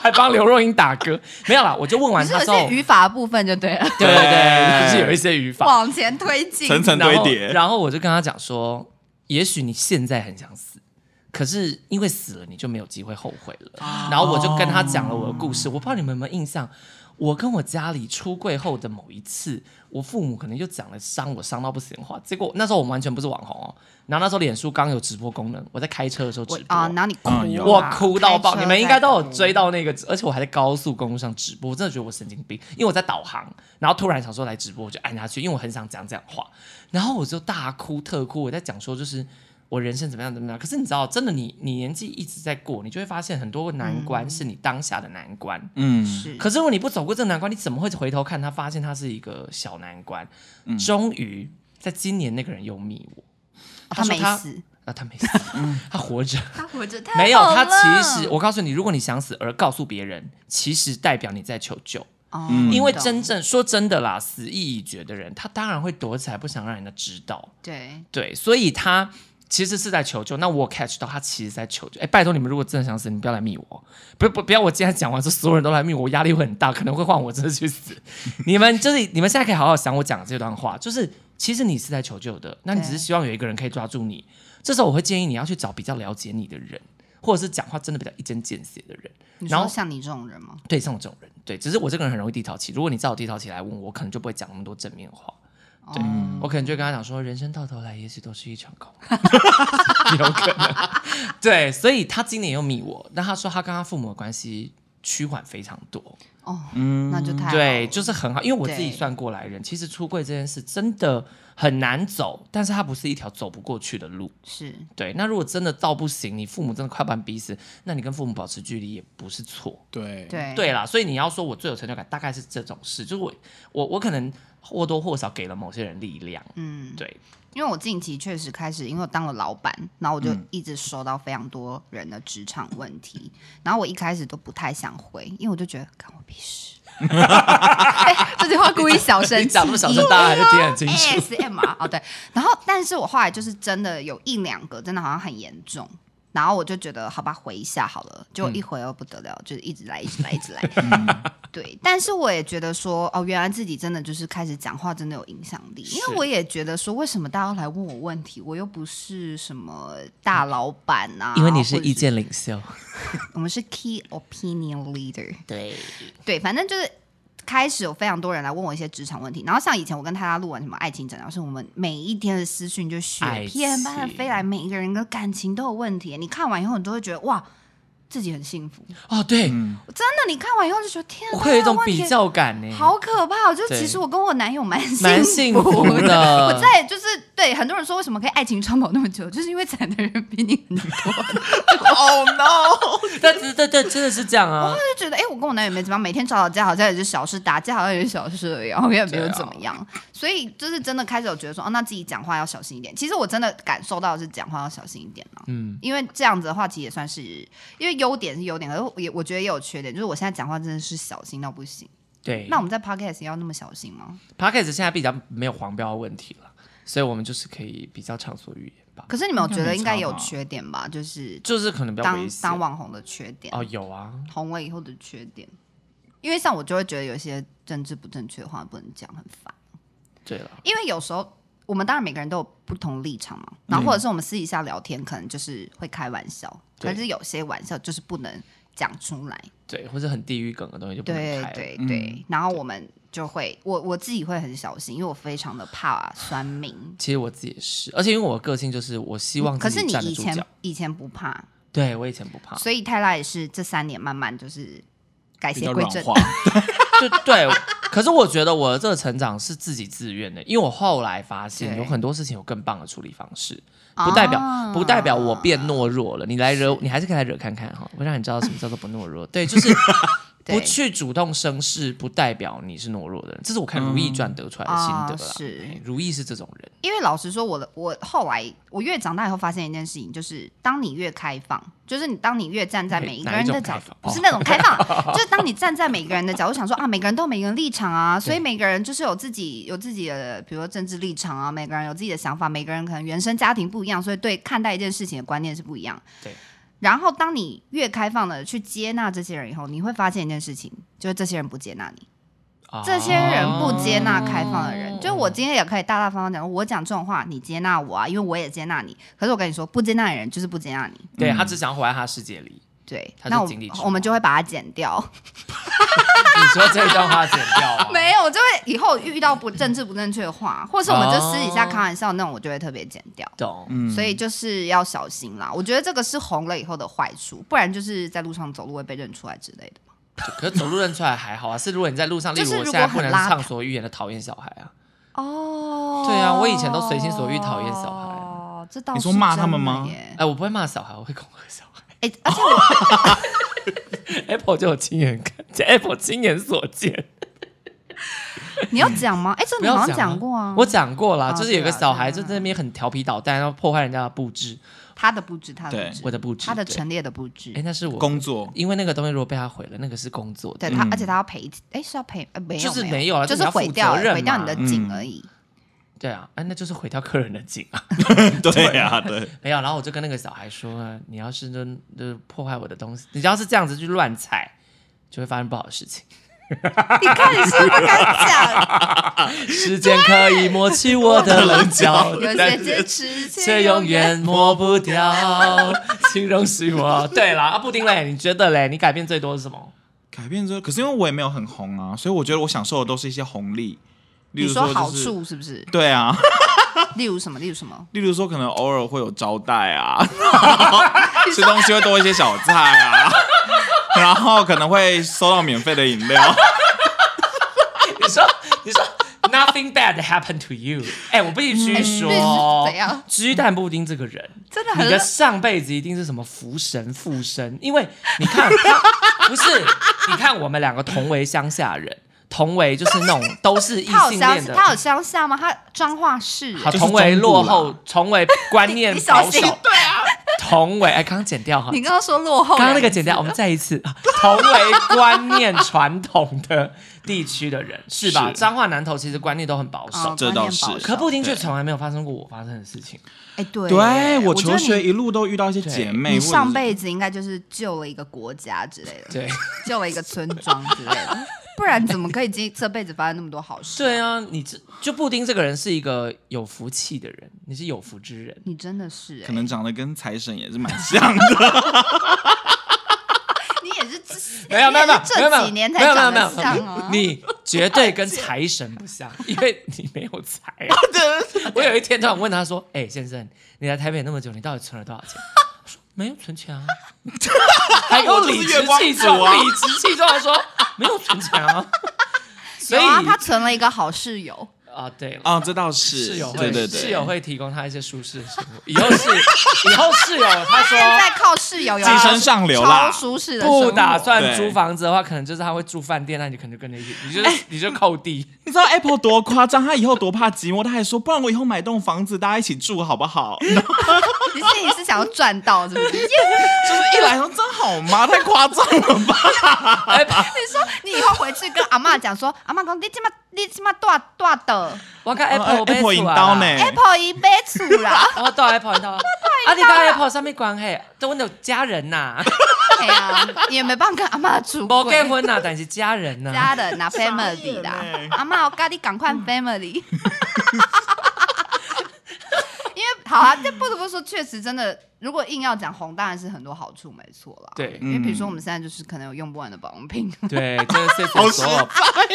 [SPEAKER 1] 还帮刘若英打歌？没有啦，我就问完
[SPEAKER 2] 你
[SPEAKER 1] 他
[SPEAKER 2] 是
[SPEAKER 1] 之
[SPEAKER 2] 不是
[SPEAKER 1] 后，
[SPEAKER 2] 语法的部分就对了，
[SPEAKER 1] 对对对，
[SPEAKER 3] 对
[SPEAKER 1] 就是有一些语 法，
[SPEAKER 2] 往前推进，
[SPEAKER 3] 层层
[SPEAKER 1] 然
[SPEAKER 3] 堆
[SPEAKER 1] 后
[SPEAKER 3] 叠，
[SPEAKER 1] 然后我就跟他讲说，也许你现在很想死。可是因为死了，你就没有机会后悔了。
[SPEAKER 2] 啊
[SPEAKER 1] 然后我就跟他讲了我的故事，我不知道你们有没有印象，我跟我家里出柜后的某一次，我父母可能就讲了伤我伤到不行的话。结果那时候我们完全不是网红哦，然后那时候脸书刚有直播功能，我在开车的时候直
[SPEAKER 2] 我
[SPEAKER 1] 播，
[SPEAKER 2] 啊，然后你哭啊，
[SPEAKER 3] 嗯有
[SPEAKER 1] 我哭到爆，
[SPEAKER 2] 开车
[SPEAKER 1] 你们应该都有
[SPEAKER 2] 在哭
[SPEAKER 1] 追到那个，而且我还在高速公路上直播，我真的觉得我神经病，因为我在导航，然后突然想说来直播，我就按下去，因为我很想讲这样话，然后我就大哭特哭，我在讲说就是我人生怎么样怎么样，可是你知道，真的你你年纪一直在过，你就会发现很多难
[SPEAKER 2] 嗯
[SPEAKER 1] 关是你当下的难关，
[SPEAKER 3] 嗯，
[SPEAKER 2] 是
[SPEAKER 1] 可是如果你不走过这个难关，你怎么会回头看他，发现他是一个小难关？
[SPEAKER 2] 嗯
[SPEAKER 1] 终于在今年那个人又密我，
[SPEAKER 2] 哦他
[SPEAKER 1] 说
[SPEAKER 2] 没
[SPEAKER 1] 他
[SPEAKER 2] 死，
[SPEAKER 1] 啊，他没死，
[SPEAKER 2] 嗯
[SPEAKER 1] 他活着。
[SPEAKER 2] 他活着，
[SPEAKER 1] 没有，他其实我告诉你，如果你想死而告诉别人，其实代表你在求救。
[SPEAKER 3] 嗯
[SPEAKER 1] 因为
[SPEAKER 2] 哦懂
[SPEAKER 1] 真正说真的啦，死意已决的人，他当然会躲起来，不想让人家知道。
[SPEAKER 2] 对
[SPEAKER 1] 对，所以他其实是在求救。那我 catch 到他其实在求救。哎，拜托你们，如果真的想死，你不要来密我，不不不要我今天讲完之后，所有人都来密我，我压力会很大，可能会换我真的去死。 你们就是你们现在可以好好想我讲的这段话，就是其实你是在求救的，那你只是
[SPEAKER 2] 对
[SPEAKER 1] 希望有一个人可以抓住你。这时候我会建议你要去找比较了解你的人，或者是讲话真的比较一针见血的人。
[SPEAKER 2] 你
[SPEAKER 1] 然
[SPEAKER 2] 说
[SPEAKER 1] 后
[SPEAKER 2] 像你这种人吗？
[SPEAKER 1] 对，像我这种人，对，只是我这个人很容易低潮期。如果你再有低潮期来问我，我可能就不会讲那么多正面话。对、
[SPEAKER 2] 哦嗯
[SPEAKER 1] 我可能就跟他讲说，人生到头来也许都是一场空， 有可能。对，所以他今年又迷我，但他说他跟他父母的关系趋缓非常多，
[SPEAKER 2] 哦，那就太好
[SPEAKER 1] 对，
[SPEAKER 2] 了
[SPEAKER 1] 就是很好。因为我自己
[SPEAKER 2] 对
[SPEAKER 1] 算过来人，其实出柜这件事真的很难走，但是它不是一条走不过去的路。
[SPEAKER 2] 是
[SPEAKER 1] 对，那如果真的到不行，你父母真的快把你逼死，那你跟父母保持距离也不是错。
[SPEAKER 3] 对，
[SPEAKER 2] 对
[SPEAKER 1] 对啦，所以你要说我最有成就感，大概是这种事，就是我我我可能或多或少给了某些人力量，
[SPEAKER 2] 嗯，
[SPEAKER 1] 对，
[SPEAKER 2] 因为我近期确实开始，因为我当了老板，然后我就一直收到非常多人的职场问题，然后我一开始都不太想回，因为我就觉得干我屁鼻屎。 哎这句话故意小声，
[SPEAKER 1] 你讲那么小声，大家还是听得很清楚。
[SPEAKER 2] ASMR 哦，对。然后，但是我后来就是真的有一两个，真的好像很严重。然后我就觉得，好吧，回一下好了。就
[SPEAKER 1] 嗯
[SPEAKER 2] 一回又不得了，就是一直来，一直来，一直来。对，但是我也觉得说，哦，原来自己真的就是开始讲话，真的有影响力。因为
[SPEAKER 1] 是
[SPEAKER 2] 我也觉得说，为什么大家要来问我问题？我又不是什么大老板啊。
[SPEAKER 1] 因为你是
[SPEAKER 2] 或者
[SPEAKER 1] 意，见领袖，
[SPEAKER 2] 我们是 key opinion leader。
[SPEAKER 1] 对，
[SPEAKER 2] 对，反正就是开始有非常多人来问我一些职场问题，然后像以前我跟他家录完什么爱情诊疗室，我们每一天的私讯就雪片般
[SPEAKER 1] 爱
[SPEAKER 2] 的
[SPEAKER 1] 情
[SPEAKER 2] 飞来，每一个人的感情都有问题。你看完以后，你都会觉得哇，自己很幸福。
[SPEAKER 1] 哦，对，
[SPEAKER 2] 嗯真的，你看完以后就觉得天啊，
[SPEAKER 1] 我会有一种
[SPEAKER 2] 大家的问题
[SPEAKER 1] 比较感呢。
[SPEAKER 2] 好可怕哦！就
[SPEAKER 1] 嗯对
[SPEAKER 2] 其实我跟我男友蛮幸
[SPEAKER 1] 蛮幸
[SPEAKER 2] 福
[SPEAKER 1] 福
[SPEAKER 2] 的。
[SPEAKER 1] 的
[SPEAKER 2] 我 在就是对很多人说，为什么可以爱情长跑那么久，就是因为惨的人比你很 多。
[SPEAKER 3] Oh no！
[SPEAKER 1] 但 对对对，真的是这样啊。
[SPEAKER 2] 就觉得，哎、我跟我男友没怎么样，每天吵吵架，好像也是小事，打架好像也是小事而已，然后也没有怎么样。
[SPEAKER 1] 啊
[SPEAKER 2] 所以就是真的开始有觉得说，哦，那自己讲话要小心一点。其实我真的感受到的是讲话要小心一点了、
[SPEAKER 1] 嗯，
[SPEAKER 2] 因为这样子的话，其实也算是，因为优点是优点，可是也我觉得也有缺点，就是我现在讲话真的是小心到不行。
[SPEAKER 1] 对。
[SPEAKER 2] 那我们在 podcast 也要那么小心吗？
[SPEAKER 1] p o d c a s t 现在比较没有黄标的问题了，所以我们就是可以比较畅所欲言吧。
[SPEAKER 2] 可是你们有觉得应该
[SPEAKER 3] 应该
[SPEAKER 2] 有
[SPEAKER 3] 没差吧
[SPEAKER 2] 缺点吧？就是
[SPEAKER 1] 就是可能比较
[SPEAKER 2] 当
[SPEAKER 1] 危险
[SPEAKER 2] 当网红的缺点，
[SPEAKER 1] 哦，有啊，
[SPEAKER 2] 红了以后的缺点。因为像我就会觉得有些政治不正确的话不能讲，很烦。
[SPEAKER 1] 对了，
[SPEAKER 2] 因为有时候我们当然每个人都有不同立场嘛，
[SPEAKER 1] 嗯
[SPEAKER 2] 然后或者是我们私底下聊天，可能就是会开玩笑，
[SPEAKER 1] 对
[SPEAKER 2] 可是有些玩笑就是不能讲出来，
[SPEAKER 1] 对，或者很地域梗的东西就不能
[SPEAKER 2] 对
[SPEAKER 1] 开了。
[SPEAKER 2] 对
[SPEAKER 3] 嗯
[SPEAKER 2] 对，然后我们就会，我我自己会很小心，因为我非常的怕啊酸民。
[SPEAKER 1] 其实我自己也是，而且因为我的个性就是我希望
[SPEAKER 2] 可
[SPEAKER 1] 自己
[SPEAKER 2] 是你
[SPEAKER 1] 站得
[SPEAKER 2] 以
[SPEAKER 1] 住
[SPEAKER 2] 前
[SPEAKER 1] 脚，啊
[SPEAKER 2] 以前不怕，
[SPEAKER 1] 对我以前不怕，
[SPEAKER 2] 所以泰拉也是这三年慢慢就是改
[SPEAKER 3] 比
[SPEAKER 2] 邪
[SPEAKER 3] 较
[SPEAKER 2] 归
[SPEAKER 3] 软
[SPEAKER 2] 正。
[SPEAKER 3] 化，
[SPEAKER 1] 就对。可是我觉得我的这个成长是自己自愿的，因为我后来发现
[SPEAKER 2] 对
[SPEAKER 1] 有很多事情有更棒的处理方式，
[SPEAKER 2] 啊
[SPEAKER 1] 不代表、不代表我变懦弱了。你来惹，你还是可以来惹看看哈，我让你知道什么叫做不懦弱。对，就是
[SPEAKER 2] 对
[SPEAKER 1] 不去主动生事，不代表你是懦弱的人。这是我看《如懿传》得出来的心
[SPEAKER 2] 啊
[SPEAKER 1] 得啦。
[SPEAKER 2] 是
[SPEAKER 1] 哎如懿是这种人，
[SPEAKER 2] 因为老实说，我的我后来我越长大以后发现一件事情，就是当你越开放，就是你当你越站在
[SPEAKER 1] 哪
[SPEAKER 2] 每一个人的
[SPEAKER 1] 哪一种
[SPEAKER 2] 角
[SPEAKER 1] 开
[SPEAKER 2] 度
[SPEAKER 1] 放，哦
[SPEAKER 2] 不是那种开放， 就是当你站在每个人的角度想说啊，每个人都有每个人立场啊，所以每个人就是有自己有自己的，比如说政治立场啊，每个人有自己的想法，每个人可能原生家庭不一样，所以对看待一件事情的观念是不一样。
[SPEAKER 1] 对。
[SPEAKER 2] 然后，当你越开放的去接纳这些人以后，你会发现一件事情，就是这些人不接纳你。
[SPEAKER 1] 啊
[SPEAKER 2] 这些人不接纳开放的人，
[SPEAKER 1] 哦
[SPEAKER 2] 就我今天也可以大大方方讲，我讲这种话，你接纳我啊，因为我也接纳你。可是我跟你说，不接纳的人就是不接纳你，
[SPEAKER 1] 对他只想活在他世界里。
[SPEAKER 2] 对。
[SPEAKER 1] 他是
[SPEAKER 2] 那我
[SPEAKER 1] 井底之蛙
[SPEAKER 2] 我们就会把它剪 掉，
[SPEAKER 1] 你说这段话剪掉 啊？
[SPEAKER 2] 没有，就会以后遇到不政治不正确的话，或是我们就私底下开玩笑那种，我就会特别剪掉。
[SPEAKER 1] 懂。
[SPEAKER 3] 嗯
[SPEAKER 2] 所以就是要小心啦，我觉得这个是红了以后的坏处，不然就是在路上走路会被认出来之类的。
[SPEAKER 1] 可是走路认出来还好啊，是如果你在路上，例
[SPEAKER 2] 就是
[SPEAKER 1] 如我
[SPEAKER 2] 如
[SPEAKER 1] 现
[SPEAKER 2] 果
[SPEAKER 1] 在不
[SPEAKER 2] 很
[SPEAKER 1] 能
[SPEAKER 2] 邋遢
[SPEAKER 1] 畅所欲言的讨厌小孩啊，
[SPEAKER 2] 哦
[SPEAKER 1] 对啊我以前都随心所欲讨厌小孩
[SPEAKER 2] 哦，这倒
[SPEAKER 3] 你
[SPEAKER 2] 是
[SPEAKER 3] 说骂他
[SPEAKER 2] 真
[SPEAKER 3] 们
[SPEAKER 2] 的
[SPEAKER 3] 吗
[SPEAKER 2] 耶
[SPEAKER 1] 哎、我不会骂小孩，我会恐吓小 孩。
[SPEAKER 2] 哎、而且我
[SPEAKER 1] Apple 就有亲眼看见，Apple 亲眼所见。
[SPEAKER 2] 你要讲吗？哎、这
[SPEAKER 1] 不
[SPEAKER 2] 你好
[SPEAKER 1] 要
[SPEAKER 2] 像
[SPEAKER 1] 讲啊
[SPEAKER 2] 讲过啊，
[SPEAKER 1] 我讲过啦，
[SPEAKER 2] 哦
[SPEAKER 1] 就是有
[SPEAKER 2] 对
[SPEAKER 1] 个
[SPEAKER 2] 啊
[SPEAKER 1] 小孩
[SPEAKER 2] 对
[SPEAKER 1] 就
[SPEAKER 2] 啊
[SPEAKER 1] 在那边很调皮捣蛋，然后破坏人家的布置，
[SPEAKER 2] 他的布置，他的
[SPEAKER 3] 对
[SPEAKER 2] 布置，
[SPEAKER 1] 我的布置，
[SPEAKER 2] 他的
[SPEAKER 1] 对
[SPEAKER 2] 陈列的布置
[SPEAKER 1] 哎、，那是我，
[SPEAKER 3] 工作
[SPEAKER 1] 因为那个东西如果被他毁了，那个是工作的。
[SPEAKER 2] 对他，
[SPEAKER 3] 嗯
[SPEAKER 2] 而且他要赔，哎，是要赔，呃，没有，
[SPEAKER 1] 就是
[SPEAKER 2] 没
[SPEAKER 1] 没有啊
[SPEAKER 2] 就
[SPEAKER 1] 就是是
[SPEAKER 2] 毁掉，
[SPEAKER 1] 你要负责任嘛嗯
[SPEAKER 2] 毁掉你的景而已。
[SPEAKER 1] 对啊，哎、那就是毁掉客人的景啊。
[SPEAKER 3] 对呀、对，
[SPEAKER 1] 没有，然后我就跟那个小孩说，你要是就就破坏我的东西，你要是这样子去乱踩，就会发生不好的事 情。
[SPEAKER 2] 你看你是不是敢 讲，
[SPEAKER 1] 时间可以抹去我的棱角，
[SPEAKER 2] 有些坚持
[SPEAKER 1] 却永远抹不掉。请容许我。对啦，啊，布丁嘞，你觉得嘞？你改变最多是什么？
[SPEAKER 3] 改变之后，可是因为我也没有很红啊，所以我觉得我享受的都是一些红利，例
[SPEAKER 2] 你
[SPEAKER 3] 如
[SPEAKER 2] 说
[SPEAKER 3] 就是
[SPEAKER 2] 好，处是不是？
[SPEAKER 3] 对啊，
[SPEAKER 2] 例如什么？例如什么？
[SPEAKER 3] 例如说可能偶尔会有招待 啊，吃东西会多一些小 菜啊，然后可能会收到免费的饮料，
[SPEAKER 1] 你说，你说。Nothing bad happened to you。哎、我必须
[SPEAKER 2] 嗯
[SPEAKER 1] 说
[SPEAKER 2] 是怎样，
[SPEAKER 1] 鸡蛋布丁这个人，
[SPEAKER 2] 真的
[SPEAKER 1] 你
[SPEAKER 2] 很
[SPEAKER 1] 的上辈子一定是什么福神附身，因为你看他不是，你看我们两个同为乡下人，同为就是那种都是异
[SPEAKER 2] 他有
[SPEAKER 1] 性
[SPEAKER 2] 乡
[SPEAKER 1] 恋的，
[SPEAKER 2] 他有乡下吗？他彰化市，
[SPEAKER 1] 好，
[SPEAKER 2] 哎
[SPEAKER 3] 就是
[SPEAKER 1] 同为落
[SPEAKER 3] 中部
[SPEAKER 1] 后，同为观念
[SPEAKER 2] 你小
[SPEAKER 1] 保
[SPEAKER 2] 心
[SPEAKER 1] 守，
[SPEAKER 2] 对啊，
[SPEAKER 1] 同为哎，刚刚剪掉哈，
[SPEAKER 2] 你刚刚说落后，
[SPEAKER 1] 刚刚那个剪掉，我们再一次， 啊同为观念传统的地区的人是吧？
[SPEAKER 3] 是
[SPEAKER 1] 彰化南投其实观念都很保守
[SPEAKER 2] 哦，
[SPEAKER 3] 这倒是
[SPEAKER 2] 观念保守
[SPEAKER 1] 可布丁却
[SPEAKER 3] 对
[SPEAKER 1] 从来没有发生过我发生的事情。
[SPEAKER 2] 哎，对
[SPEAKER 3] 对我
[SPEAKER 2] 觉得
[SPEAKER 3] 求学
[SPEAKER 2] 你
[SPEAKER 3] 一路都遇到一些姐妹，
[SPEAKER 2] 你
[SPEAKER 3] 或者
[SPEAKER 2] 上
[SPEAKER 3] 是
[SPEAKER 2] 辈子应该就是救了一个国家之类的，
[SPEAKER 1] 对
[SPEAKER 2] 救了一个村庄之类 的，不然怎么可以这这辈子发生那么多好事？
[SPEAKER 1] 对啊，你这就布丁这个人是一个有福气的人，你是有福之人。
[SPEAKER 2] 你真的是、欸，
[SPEAKER 3] 可能长得跟财神也是蛮像的，
[SPEAKER 2] 你也是这
[SPEAKER 1] 没有没有没有
[SPEAKER 2] 你也
[SPEAKER 1] 没有没
[SPEAKER 2] 是这
[SPEAKER 1] 有
[SPEAKER 2] 几
[SPEAKER 1] 没有
[SPEAKER 2] 年才
[SPEAKER 1] 没有
[SPEAKER 2] 长
[SPEAKER 1] 没有
[SPEAKER 2] 得
[SPEAKER 1] 没
[SPEAKER 2] 像
[SPEAKER 1] 有
[SPEAKER 2] 哦，
[SPEAKER 1] 你绝对跟财神不像，因为你没有财 啊。我有一天突然问他说：“哎、先生，你来台北那么久，你到底存了多少钱？”他说：“没有存钱啊。”还给我理直气壮，
[SPEAKER 3] 我就是月光族啊
[SPEAKER 1] 理直气壮的说：“没有存钱啊。”所以
[SPEAKER 2] 有啊，他存了一个好室友，
[SPEAKER 1] 啊，对了。
[SPEAKER 3] 啊，这倒是，
[SPEAKER 1] 室友会
[SPEAKER 3] 对对对，
[SPEAKER 1] 室友会提供他一些舒适的生活。以后室以后室友他说
[SPEAKER 2] 现在靠室友有
[SPEAKER 3] 寄生上流啦
[SPEAKER 2] 超舒适的生活
[SPEAKER 1] 不打算
[SPEAKER 3] 对
[SPEAKER 1] 租房子的话，可能就是他会住饭店，那你可能就跟着一起，你就、你就扣地。
[SPEAKER 3] 你知道 Apple 多夸张？他以后多怕寂寞，他还说，不然我以后买栋房子，大家一起住好不好？ 然后
[SPEAKER 2] 你心里是想要赚到是不 是？
[SPEAKER 3] 就是一来说真好吗？太夸张了吧？
[SPEAKER 1] 哎，
[SPEAKER 2] 你说你以后回去跟阿嬷讲说，阿嬷讲你这么你这么大大的
[SPEAKER 1] 我看哦 Apple 被
[SPEAKER 3] Apple
[SPEAKER 1] 出
[SPEAKER 3] 引
[SPEAKER 1] 来
[SPEAKER 3] 刀呢
[SPEAKER 1] 了，，
[SPEAKER 2] Apple 一杯醋啦
[SPEAKER 1] 然后到 Apple 到，啊，你到 Apple 上面关系，都我有家人 呐，
[SPEAKER 2] 哎呀，你也没办法跟阿嬷住
[SPEAKER 1] 没结
[SPEAKER 2] 过。
[SPEAKER 1] 婚呐，但是家人呐，
[SPEAKER 2] 家人拿 family 啦
[SPEAKER 3] 傻眼欸，嗯
[SPEAKER 2] 阿妈，我跟你赶快 family。因为好啊，这不得不说，确实真的，如果硬要讲红，当然是很多好处，没错啦。，
[SPEAKER 1] 对
[SPEAKER 2] 因为比如说我们现在就是可能有用不完的保养品，
[SPEAKER 1] 对，真的谢谢所
[SPEAKER 2] 啊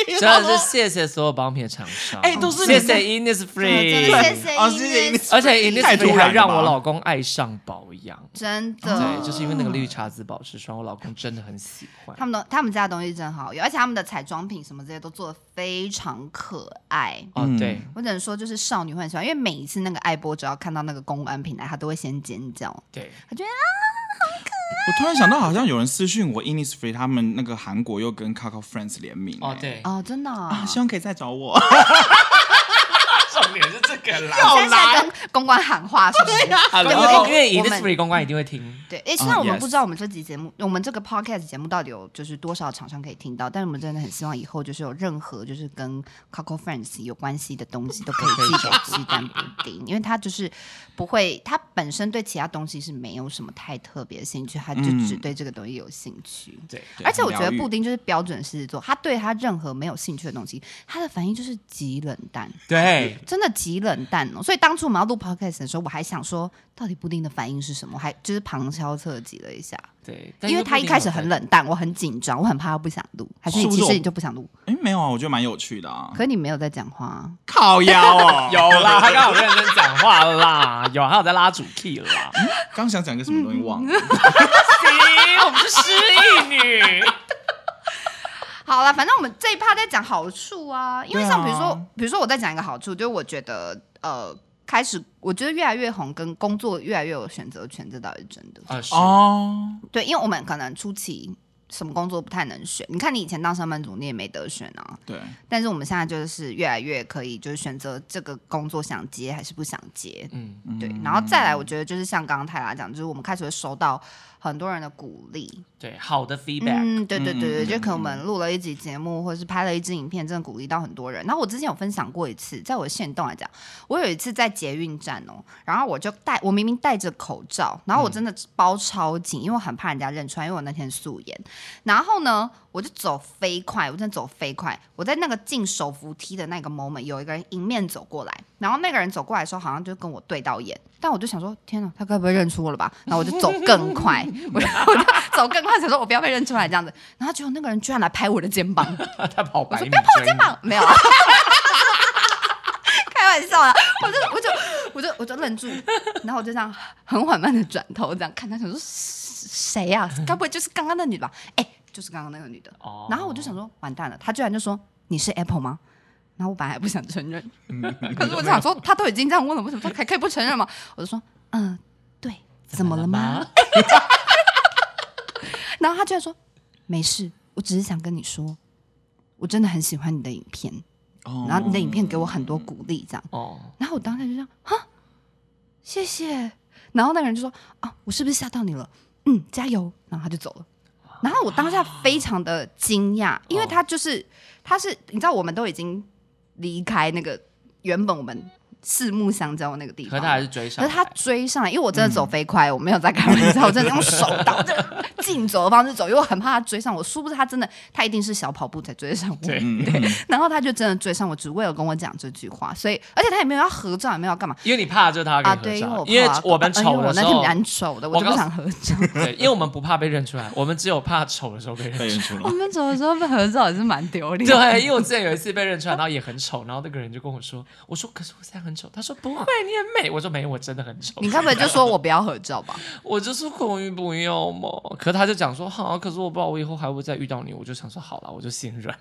[SPEAKER 1] 有，真的是谢谢所有保养品的厂商，
[SPEAKER 3] 哎都是你
[SPEAKER 1] 谢
[SPEAKER 3] 们
[SPEAKER 1] 谢 Innisfree，
[SPEAKER 2] 真的谢谢
[SPEAKER 3] 哦谢谢
[SPEAKER 2] 音乐
[SPEAKER 3] Ines
[SPEAKER 1] 而且
[SPEAKER 3] 太突
[SPEAKER 1] Innisfree
[SPEAKER 3] 然
[SPEAKER 1] 还让
[SPEAKER 3] 了吧
[SPEAKER 1] 我老公爱上保养。
[SPEAKER 2] 真
[SPEAKER 1] 对，
[SPEAKER 2] 的，
[SPEAKER 1] 就是因为那个绿茶籽保湿霜，我老公真的很喜欢
[SPEAKER 2] 他。们的他们家的东西真好用，而且他们的彩妆品什么这些都做的非常可爱。
[SPEAKER 1] 哦，
[SPEAKER 3] 嗯
[SPEAKER 1] 对，
[SPEAKER 2] 我只能说，就是少女会很喜欢，因为每一次那个艾波只要看到那个公安品牌，她都会先尖叫。
[SPEAKER 1] 对，
[SPEAKER 2] 我觉得
[SPEAKER 3] 我突然想到，好像有人私讯我，Innisfree 他们那个韩国又跟 Coco Friends 联名、
[SPEAKER 1] 哦
[SPEAKER 3] 哎，
[SPEAKER 1] 对，
[SPEAKER 2] 啊哦，真的、啊
[SPEAKER 3] 啊，希望可以再找 我。
[SPEAKER 1] 重点是这个啦。
[SPEAKER 3] 哦
[SPEAKER 2] 我现在在跟公关喊话，是不是？
[SPEAKER 1] 好
[SPEAKER 2] 对
[SPEAKER 1] 了，
[SPEAKER 2] 我
[SPEAKER 1] 因为
[SPEAKER 3] 哦
[SPEAKER 2] 我们
[SPEAKER 1] Innisfree 公关一定会听。
[SPEAKER 2] 对，哎，虽
[SPEAKER 3] 嗯
[SPEAKER 2] 然我们
[SPEAKER 3] yes
[SPEAKER 2] 不知道我们这集节目，我们这个 podcast 节目到底有就是多少厂商可以听到，但是我们真的很希望以后就是有任何就是跟 Coco Friends 有关系的东西都可以寄给鸡蛋布丁，因为他就是不会，他本身对其他东西是没有什么太特别的兴趣，他就只
[SPEAKER 3] 嗯
[SPEAKER 2] 对这个东西有兴趣。
[SPEAKER 1] 对，
[SPEAKER 3] 对
[SPEAKER 2] 而且我觉得
[SPEAKER 3] 疗愈
[SPEAKER 2] 布丁就是标准狮子座，他对他任何没有兴趣的东西，他的反应就是极冷淡。
[SPEAKER 1] 对，
[SPEAKER 2] 真的极冷淡哦。所以当初我们要录 podcast 的时候，我还想说，到底布丁的反应是什么？我还就是旁敲侧击了一下，
[SPEAKER 1] 对，但，
[SPEAKER 2] 因为他一开始很，冷淡，我很紧张，我很怕他不想录，还是你
[SPEAKER 3] 是不是
[SPEAKER 2] 其实
[SPEAKER 3] 我
[SPEAKER 2] 你就不想录？
[SPEAKER 3] 哎、没有啊，我觉得蛮有趣的啊。
[SPEAKER 2] 可你没有在讲话、啊，
[SPEAKER 3] 靠腰哦
[SPEAKER 1] 有啦，他刚好认真讲话啦，有，还有在拉主 key 啦。
[SPEAKER 3] 刚想讲个什么东西忘
[SPEAKER 1] 嗯
[SPEAKER 3] 了。
[SPEAKER 1] 行，我们是失忆女。
[SPEAKER 2] 好了，反正我们这一趴在讲好处啊，因为
[SPEAKER 3] 对啊
[SPEAKER 2] 像比如说，比如说我在讲一个好处，就是我觉得呃，开始我觉得越来越红，跟工作越来越有选择权，这倒是真的。
[SPEAKER 1] 啊，是，
[SPEAKER 3] 哦，
[SPEAKER 2] 对，因为我们可能初期什么工作不太能选，你看你以前当上班族，你也没得选啊。
[SPEAKER 3] 对，
[SPEAKER 2] 但是我们现在就是越来越可以，就是选择这个工作想接还是不想接，
[SPEAKER 1] 嗯，
[SPEAKER 2] 对。然后再来，我觉得就是像刚刚泰拉讲，就是我们开始会收到很多人的鼓励，
[SPEAKER 1] 对，好的 feedback，
[SPEAKER 2] 嗯，对对对对，
[SPEAKER 3] 嗯嗯嗯
[SPEAKER 2] 就可能我们录了一集节目，或者是拍了一支影片，真的鼓励到很多人。然后我之前有分享过一次，在我的线动来讲，我有一次在捷运站哦，然后我就戴，我明明戴着口罩，然后我真的包超紧，因为我很怕人家认出来，因为我那天素颜。然后呢，我就走飞快，我真的走飞快。我在那个进手扶梯的那个 moment，有一个人迎面走过来，然后那个人走过来的时候，好像就跟我对到眼，但我就想说，天哪，他该不会认出我了吧？然后我就走更快， 我就我就走更快，想说我不要被认出来这样子。然后结果那个人居然来拍我的肩膀，
[SPEAKER 1] 他跑百米
[SPEAKER 2] 别碰我
[SPEAKER 1] 追
[SPEAKER 2] 肩
[SPEAKER 1] 你
[SPEAKER 2] 膀，没有、 啊，开玩笑啦，啊我就我就我就我就愣住，然后我就这样很缓慢的转头这样看他，想说谁呀、该不会就是刚刚那女的吧？哎、就是刚刚那个女的。
[SPEAKER 1] 哦
[SPEAKER 2] 然后我就想说，完蛋了，他居然就说你是 Apple 吗？然后我本来还不想承 认，
[SPEAKER 1] 嗯
[SPEAKER 2] 可是我就想说，他都已经这样问了，为什么他还可以不承认吗？我就说，嗯、对，怎么了吗？？然后他居然说，没事，我只是想跟你说，我真的很喜欢你的影片，
[SPEAKER 1] 嗯
[SPEAKER 3] 哦
[SPEAKER 2] 然后你的影片给我很多鼓励，这样。
[SPEAKER 1] 哦，
[SPEAKER 2] 然后我当时就这样，哈，谢谢。然后那个人就说：“啊，我是不是吓到你了？嗯，加油。”然后他就走了。然后我当下非常的惊讶，因为他就是他是你知道，我们都已经离开那个原本我们四目相交的那个地
[SPEAKER 1] 可
[SPEAKER 2] 方
[SPEAKER 1] 是
[SPEAKER 2] 了，
[SPEAKER 1] 他还是追上
[SPEAKER 2] 可
[SPEAKER 1] 来，
[SPEAKER 2] 是他追上来，因为我真的走飞快，我没有在开玩 笑，我真的用手挡着 竞走的方式走，因为我很怕他追上我。殊不知他真的，他一定是小跑步才追得上我。
[SPEAKER 1] 对
[SPEAKER 3] 嗯，
[SPEAKER 2] 然后他就真的追上我，只为了跟我讲这句话。所以，而且他也没有要合照，也没有要干嘛
[SPEAKER 1] 因为你怕就是他
[SPEAKER 2] 啊？
[SPEAKER 1] 跟你
[SPEAKER 2] 对，因为
[SPEAKER 1] 合照，
[SPEAKER 2] 我
[SPEAKER 1] 因为
[SPEAKER 2] 怕
[SPEAKER 1] 我们
[SPEAKER 2] 呃因
[SPEAKER 1] 丑
[SPEAKER 2] 为我
[SPEAKER 1] 的时
[SPEAKER 2] 那天
[SPEAKER 1] 候，
[SPEAKER 2] 蛮丑的，我
[SPEAKER 1] 我
[SPEAKER 2] 就不
[SPEAKER 1] 告
[SPEAKER 2] 想合 照。
[SPEAKER 1] 对，因为我们不怕被认出来，我们只有怕丑的时候被认出来。
[SPEAKER 3] 被认出 来
[SPEAKER 2] 我。们走的时候被合照也是蛮丢 脸。
[SPEAKER 1] 对，啊因为我之前有一次被认出来，然后也很丑，然后那个人就跟我说：“我说可是我现在很丑。”他说：“不会，你很美。”我说：“没有，我真的很丑。”
[SPEAKER 2] 你该不会就说我不要合照吧？
[SPEAKER 1] 我就说孔云不要嘛，可他就讲说好、可是我不知道我以后还会再遇到你，我就想说好了，我就心软。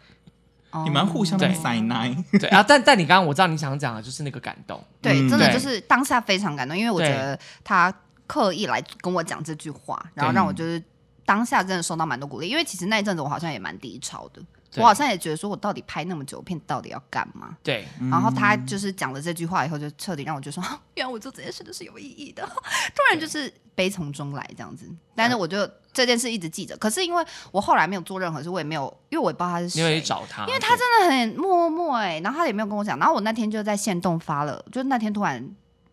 [SPEAKER 2] 哦
[SPEAKER 3] 你们互相
[SPEAKER 1] 对
[SPEAKER 3] 塞奶，
[SPEAKER 1] 对啊，但但你刚刚我知道你想讲的就是那个感动，
[SPEAKER 2] 对，
[SPEAKER 3] 嗯
[SPEAKER 2] 真的
[SPEAKER 1] 对
[SPEAKER 2] 就是当下非常感动，因为我觉
[SPEAKER 1] 对
[SPEAKER 2] 得他刻意来跟我讲这句话，然后
[SPEAKER 1] 对
[SPEAKER 2] 让
[SPEAKER 3] 嗯
[SPEAKER 2] 我就是当下真的受到蛮多鼓励。因为其实那一阵子我好像也蛮低潮的，
[SPEAKER 1] 对
[SPEAKER 2] 我好像也觉得说我到底拍那么久片到底要干嘛？
[SPEAKER 1] 对，
[SPEAKER 2] 然后
[SPEAKER 1] 嗯
[SPEAKER 3] 嗯
[SPEAKER 2] 他就是讲了这句话以后，就彻底让我觉得说， 啊原来我做这件事都是有意义的， 突然就是悲从中来这样子。但是我就这件事一直记着，可是因为我后来没有做任何事，我也没有，因为我也不知道他是
[SPEAKER 1] 因为
[SPEAKER 2] 谁
[SPEAKER 1] 去。找他，
[SPEAKER 2] 因为他真的很默默哎、然后他也没有跟我讲，然后我那天就在线动发了，就那天突然，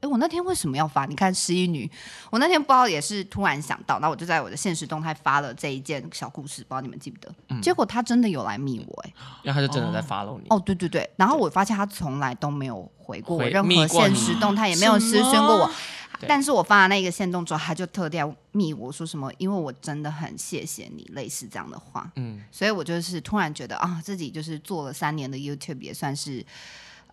[SPEAKER 2] 哎、我那天为什么要发？你看十一女，我那天不知道也是突然想到，然后我就在我的现实动态发了这一件小故事，不知道你们记不得？
[SPEAKER 1] 嗯
[SPEAKER 2] 结果他真的有来密我哎、
[SPEAKER 1] 对，然后他就真的在 follow 你，
[SPEAKER 2] 哦对对对，然后我发现他从来都没有回过我
[SPEAKER 1] 回
[SPEAKER 2] 任
[SPEAKER 1] 密
[SPEAKER 2] 何
[SPEAKER 1] 过
[SPEAKER 2] 现
[SPEAKER 1] 你
[SPEAKER 2] 实动态，也没有私
[SPEAKER 3] 什
[SPEAKER 2] 讯过我
[SPEAKER 3] 么，
[SPEAKER 1] 对
[SPEAKER 2] 但是我发了那个线动之后，他就特地来密我说什么，因为我真的很谢谢你，类似这样的话，
[SPEAKER 1] 嗯，
[SPEAKER 2] 所以我就是突然觉得啊，自己就是做了三年的 YouTube，也算是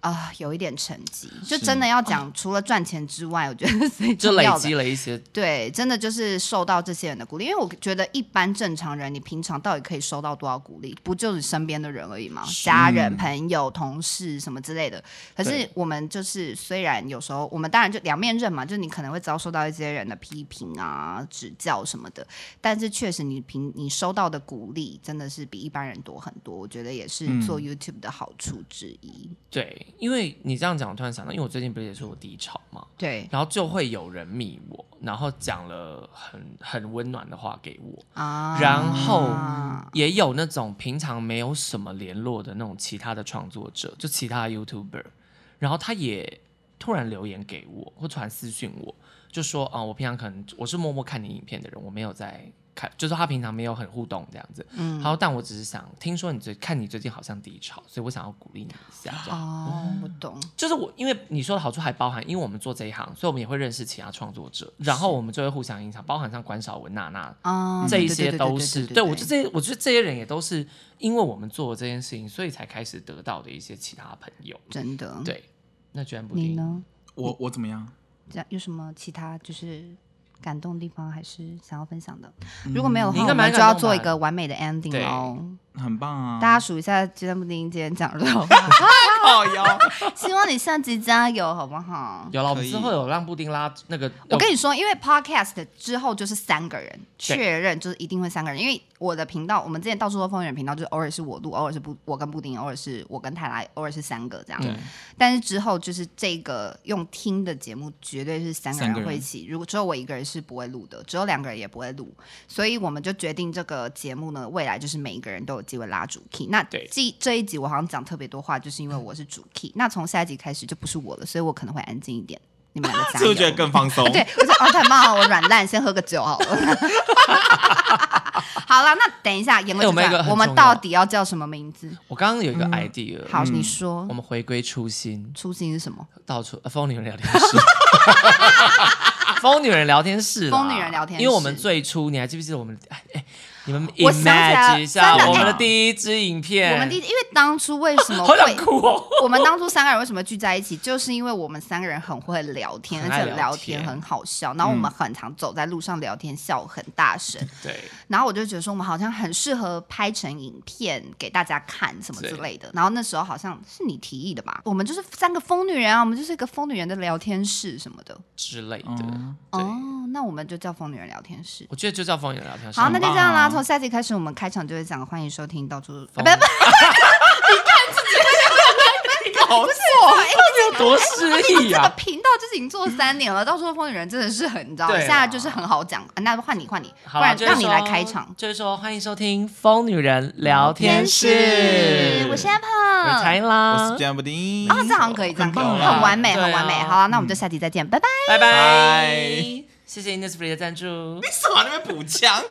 [SPEAKER 2] 啊、有一点成绩。就是真的要讲，除了赚钱之外，我觉得最
[SPEAKER 1] 哦就
[SPEAKER 2] 重
[SPEAKER 1] 累
[SPEAKER 2] 要
[SPEAKER 1] 积
[SPEAKER 2] 的。
[SPEAKER 1] 了一些，
[SPEAKER 2] 对，真的就是受到这些人的鼓励，因为我觉得一般正常人，你平常到底可以收到多少鼓励？不就是身边的人而已吗？家人、朋友、同事什么之类的。可是
[SPEAKER 1] 对
[SPEAKER 2] 我们就是虽然有时候我们当然就两面刃嘛，就是你可能会遭受到一些人的批评啊、指教什么的，但是确实你平你收到的鼓励真的是比一般人多很多，我觉得也是
[SPEAKER 1] 嗯
[SPEAKER 2] 做 YouTube 的好处之一。
[SPEAKER 1] 对，因为你这样讲，我突然想到，因为我最近不是也说我低潮嘛，
[SPEAKER 2] 对
[SPEAKER 1] 然后就会有人密我，然后讲了很很温暖的话给我，
[SPEAKER 2] 啊，
[SPEAKER 1] 然后也有那种平常没有什么联络的那种其他的创作者，就其他的 YouTuber，然后他也突然留言给我，或传私讯我，就说啊、我平常可能我是默默看你影片的人，我没有在看，就是他平常没有很互动这样子。
[SPEAKER 2] 嗯
[SPEAKER 1] 他说，但我只是想听说你最看你最近好像低潮，所以我想要鼓励你一下。这样，
[SPEAKER 2] 哦，我懂。
[SPEAKER 1] 就是我因为你说的好处还包含，因为我们做这一行，所以我们也会认识其他创作者，然后我们就会互相影响，包含像关少文、娜娜
[SPEAKER 2] 啊，
[SPEAKER 1] 这一
[SPEAKER 2] 对
[SPEAKER 1] 些都是，对我觉
[SPEAKER 2] 对
[SPEAKER 1] 得这些，我觉得这些人也都是因为我们做了这件事情，所以才开始得到的一些其他朋友。
[SPEAKER 2] 真的。，
[SPEAKER 1] 对，那居然不
[SPEAKER 2] 你
[SPEAKER 1] 定
[SPEAKER 2] 呢？
[SPEAKER 3] 我我怎么样？
[SPEAKER 2] 这样有什么其他就是感动的地方，还是想要分享的？如果没有的
[SPEAKER 1] 嗯你
[SPEAKER 2] 话，
[SPEAKER 1] 应该
[SPEAKER 2] 我
[SPEAKER 1] 蛮
[SPEAKER 2] 们就
[SPEAKER 1] 感
[SPEAKER 2] 要
[SPEAKER 1] 动
[SPEAKER 2] 做一
[SPEAKER 1] 吧
[SPEAKER 2] 个完美的 ending
[SPEAKER 1] 对
[SPEAKER 2] 喽。
[SPEAKER 3] 很棒啊！
[SPEAKER 2] 大家数一下鸡蛋布丁今天讲的 好不
[SPEAKER 3] 靠腰，
[SPEAKER 2] 好，希望你下集加油，好不好？
[SPEAKER 1] 有了，我们
[SPEAKER 3] 可以
[SPEAKER 1] 之后有让布丁拉那个，
[SPEAKER 2] 我跟
[SPEAKER 1] 你
[SPEAKER 2] 你说，因为 podcast 之后就是三个人确认，就是一定会三个人。因为我的频道，我们之前到处说风云频道，就是偶尔是我录，偶尔是不我跟布丁，偶尔是我跟泰拉，偶尔是三个这样。
[SPEAKER 1] 对
[SPEAKER 2] 但是之后就是这个用听的节目，绝对是三个
[SPEAKER 3] 三个
[SPEAKER 2] 人
[SPEAKER 3] 人
[SPEAKER 2] 会一起。如果只有我一个人是不会录的，只有两个人也不会录，所以我们就决定这个节目呢，未来就是每一个人都有机会拉主 key。那
[SPEAKER 1] 对
[SPEAKER 2] 这这一集我好像讲特别多话，就是因为我是主 key。那从下一集开始就不是我了，所以我可能会安静一点。你们 两个加
[SPEAKER 3] 是不
[SPEAKER 2] 油
[SPEAKER 3] 是觉得更放松
[SPEAKER 2] 啊？对，我说哦，太棒了，我软烂，先喝个酒好了。 好了，那等一下言
[SPEAKER 1] 哎
[SPEAKER 2] 归
[SPEAKER 1] 我
[SPEAKER 2] 正
[SPEAKER 1] 们有一个
[SPEAKER 2] 传，
[SPEAKER 1] 很
[SPEAKER 2] 我们
[SPEAKER 1] 重要嗯
[SPEAKER 2] 到底要叫什么名字？
[SPEAKER 1] 我刚刚有一个 idea，
[SPEAKER 2] 嗯好，你
[SPEAKER 1] 我
[SPEAKER 2] 说，
[SPEAKER 1] 们回归初心，
[SPEAKER 2] 初心是什么？
[SPEAKER 1] 到处呃疯女人聊天室。 疯女人聊天室啦，
[SPEAKER 2] 疯女人聊天室
[SPEAKER 1] 因为我们最初你还记不记得我们？哎，哎你们
[SPEAKER 2] 我想起来
[SPEAKER 1] imagine 一下
[SPEAKER 2] 真的哎
[SPEAKER 1] 我们的第一支影片，
[SPEAKER 2] 我们第一因为当初为什 么
[SPEAKER 1] 好想
[SPEAKER 2] 会？
[SPEAKER 1] 哭哦，
[SPEAKER 2] 我们当初三个人为什么聚在一起？就是因为我们三个人很会聊天，
[SPEAKER 1] 很
[SPEAKER 2] 而
[SPEAKER 1] 爱
[SPEAKER 2] 且
[SPEAKER 1] 聊
[SPEAKER 2] 聊
[SPEAKER 1] 天嗯
[SPEAKER 2] 天很好笑。然后我们很常走在路上聊天，笑很大声。
[SPEAKER 1] 对，
[SPEAKER 2] 然后我就觉得说，我们好像很适合拍成影片给大家看什么之
[SPEAKER 1] 对
[SPEAKER 2] 类的。然后那时候好像是你提议的吧？我们就是三个疯女人啊，我们就是一个疯女人的聊天室什么的。
[SPEAKER 1] 之类的
[SPEAKER 3] 嗯，
[SPEAKER 1] 对，
[SPEAKER 2] 哦，那我们就叫疯女人聊天室。
[SPEAKER 1] 我觉得就叫疯女人聊天室。
[SPEAKER 2] 好，那就这样啦。
[SPEAKER 3] 很棒啊
[SPEAKER 2] 从下集开始，我们开场就会讲欢迎收听到处，啊
[SPEAKER 1] 疯
[SPEAKER 2] 不不，
[SPEAKER 1] 女
[SPEAKER 2] 不
[SPEAKER 1] 人
[SPEAKER 2] 哎不
[SPEAKER 1] 好做，有
[SPEAKER 2] 哎
[SPEAKER 1] 多失意
[SPEAKER 2] 这个
[SPEAKER 1] 啊！
[SPEAKER 2] 频道就是已经做了三年了，到处都风雨人真的是很，你知道，
[SPEAKER 1] 对
[SPEAKER 2] 一
[SPEAKER 1] 啦
[SPEAKER 2] 下就是很好讲。啊那换你换你，不
[SPEAKER 1] 好啦
[SPEAKER 2] 然
[SPEAKER 1] 就是
[SPEAKER 2] 让你来
[SPEAKER 1] 说
[SPEAKER 2] 开场。
[SPEAKER 1] 就是说欢迎收听《疯女人聊天室》，
[SPEAKER 2] 我是
[SPEAKER 1] 我是
[SPEAKER 2] Apple，
[SPEAKER 1] 才
[SPEAKER 3] 我是
[SPEAKER 1] 啦，
[SPEAKER 3] 詹姆丁
[SPEAKER 2] 啊，这好像可以，这样可以，
[SPEAKER 3] 很棒啊嗯
[SPEAKER 2] 很完美，
[SPEAKER 1] 对啊
[SPEAKER 2] 很完美。好啊，那我们就下期再见，拜拜。
[SPEAKER 1] 拜拜
[SPEAKER 3] 拜，
[SPEAKER 1] 谢谢 Innisfree 的赞助。
[SPEAKER 3] 你什么那边补枪？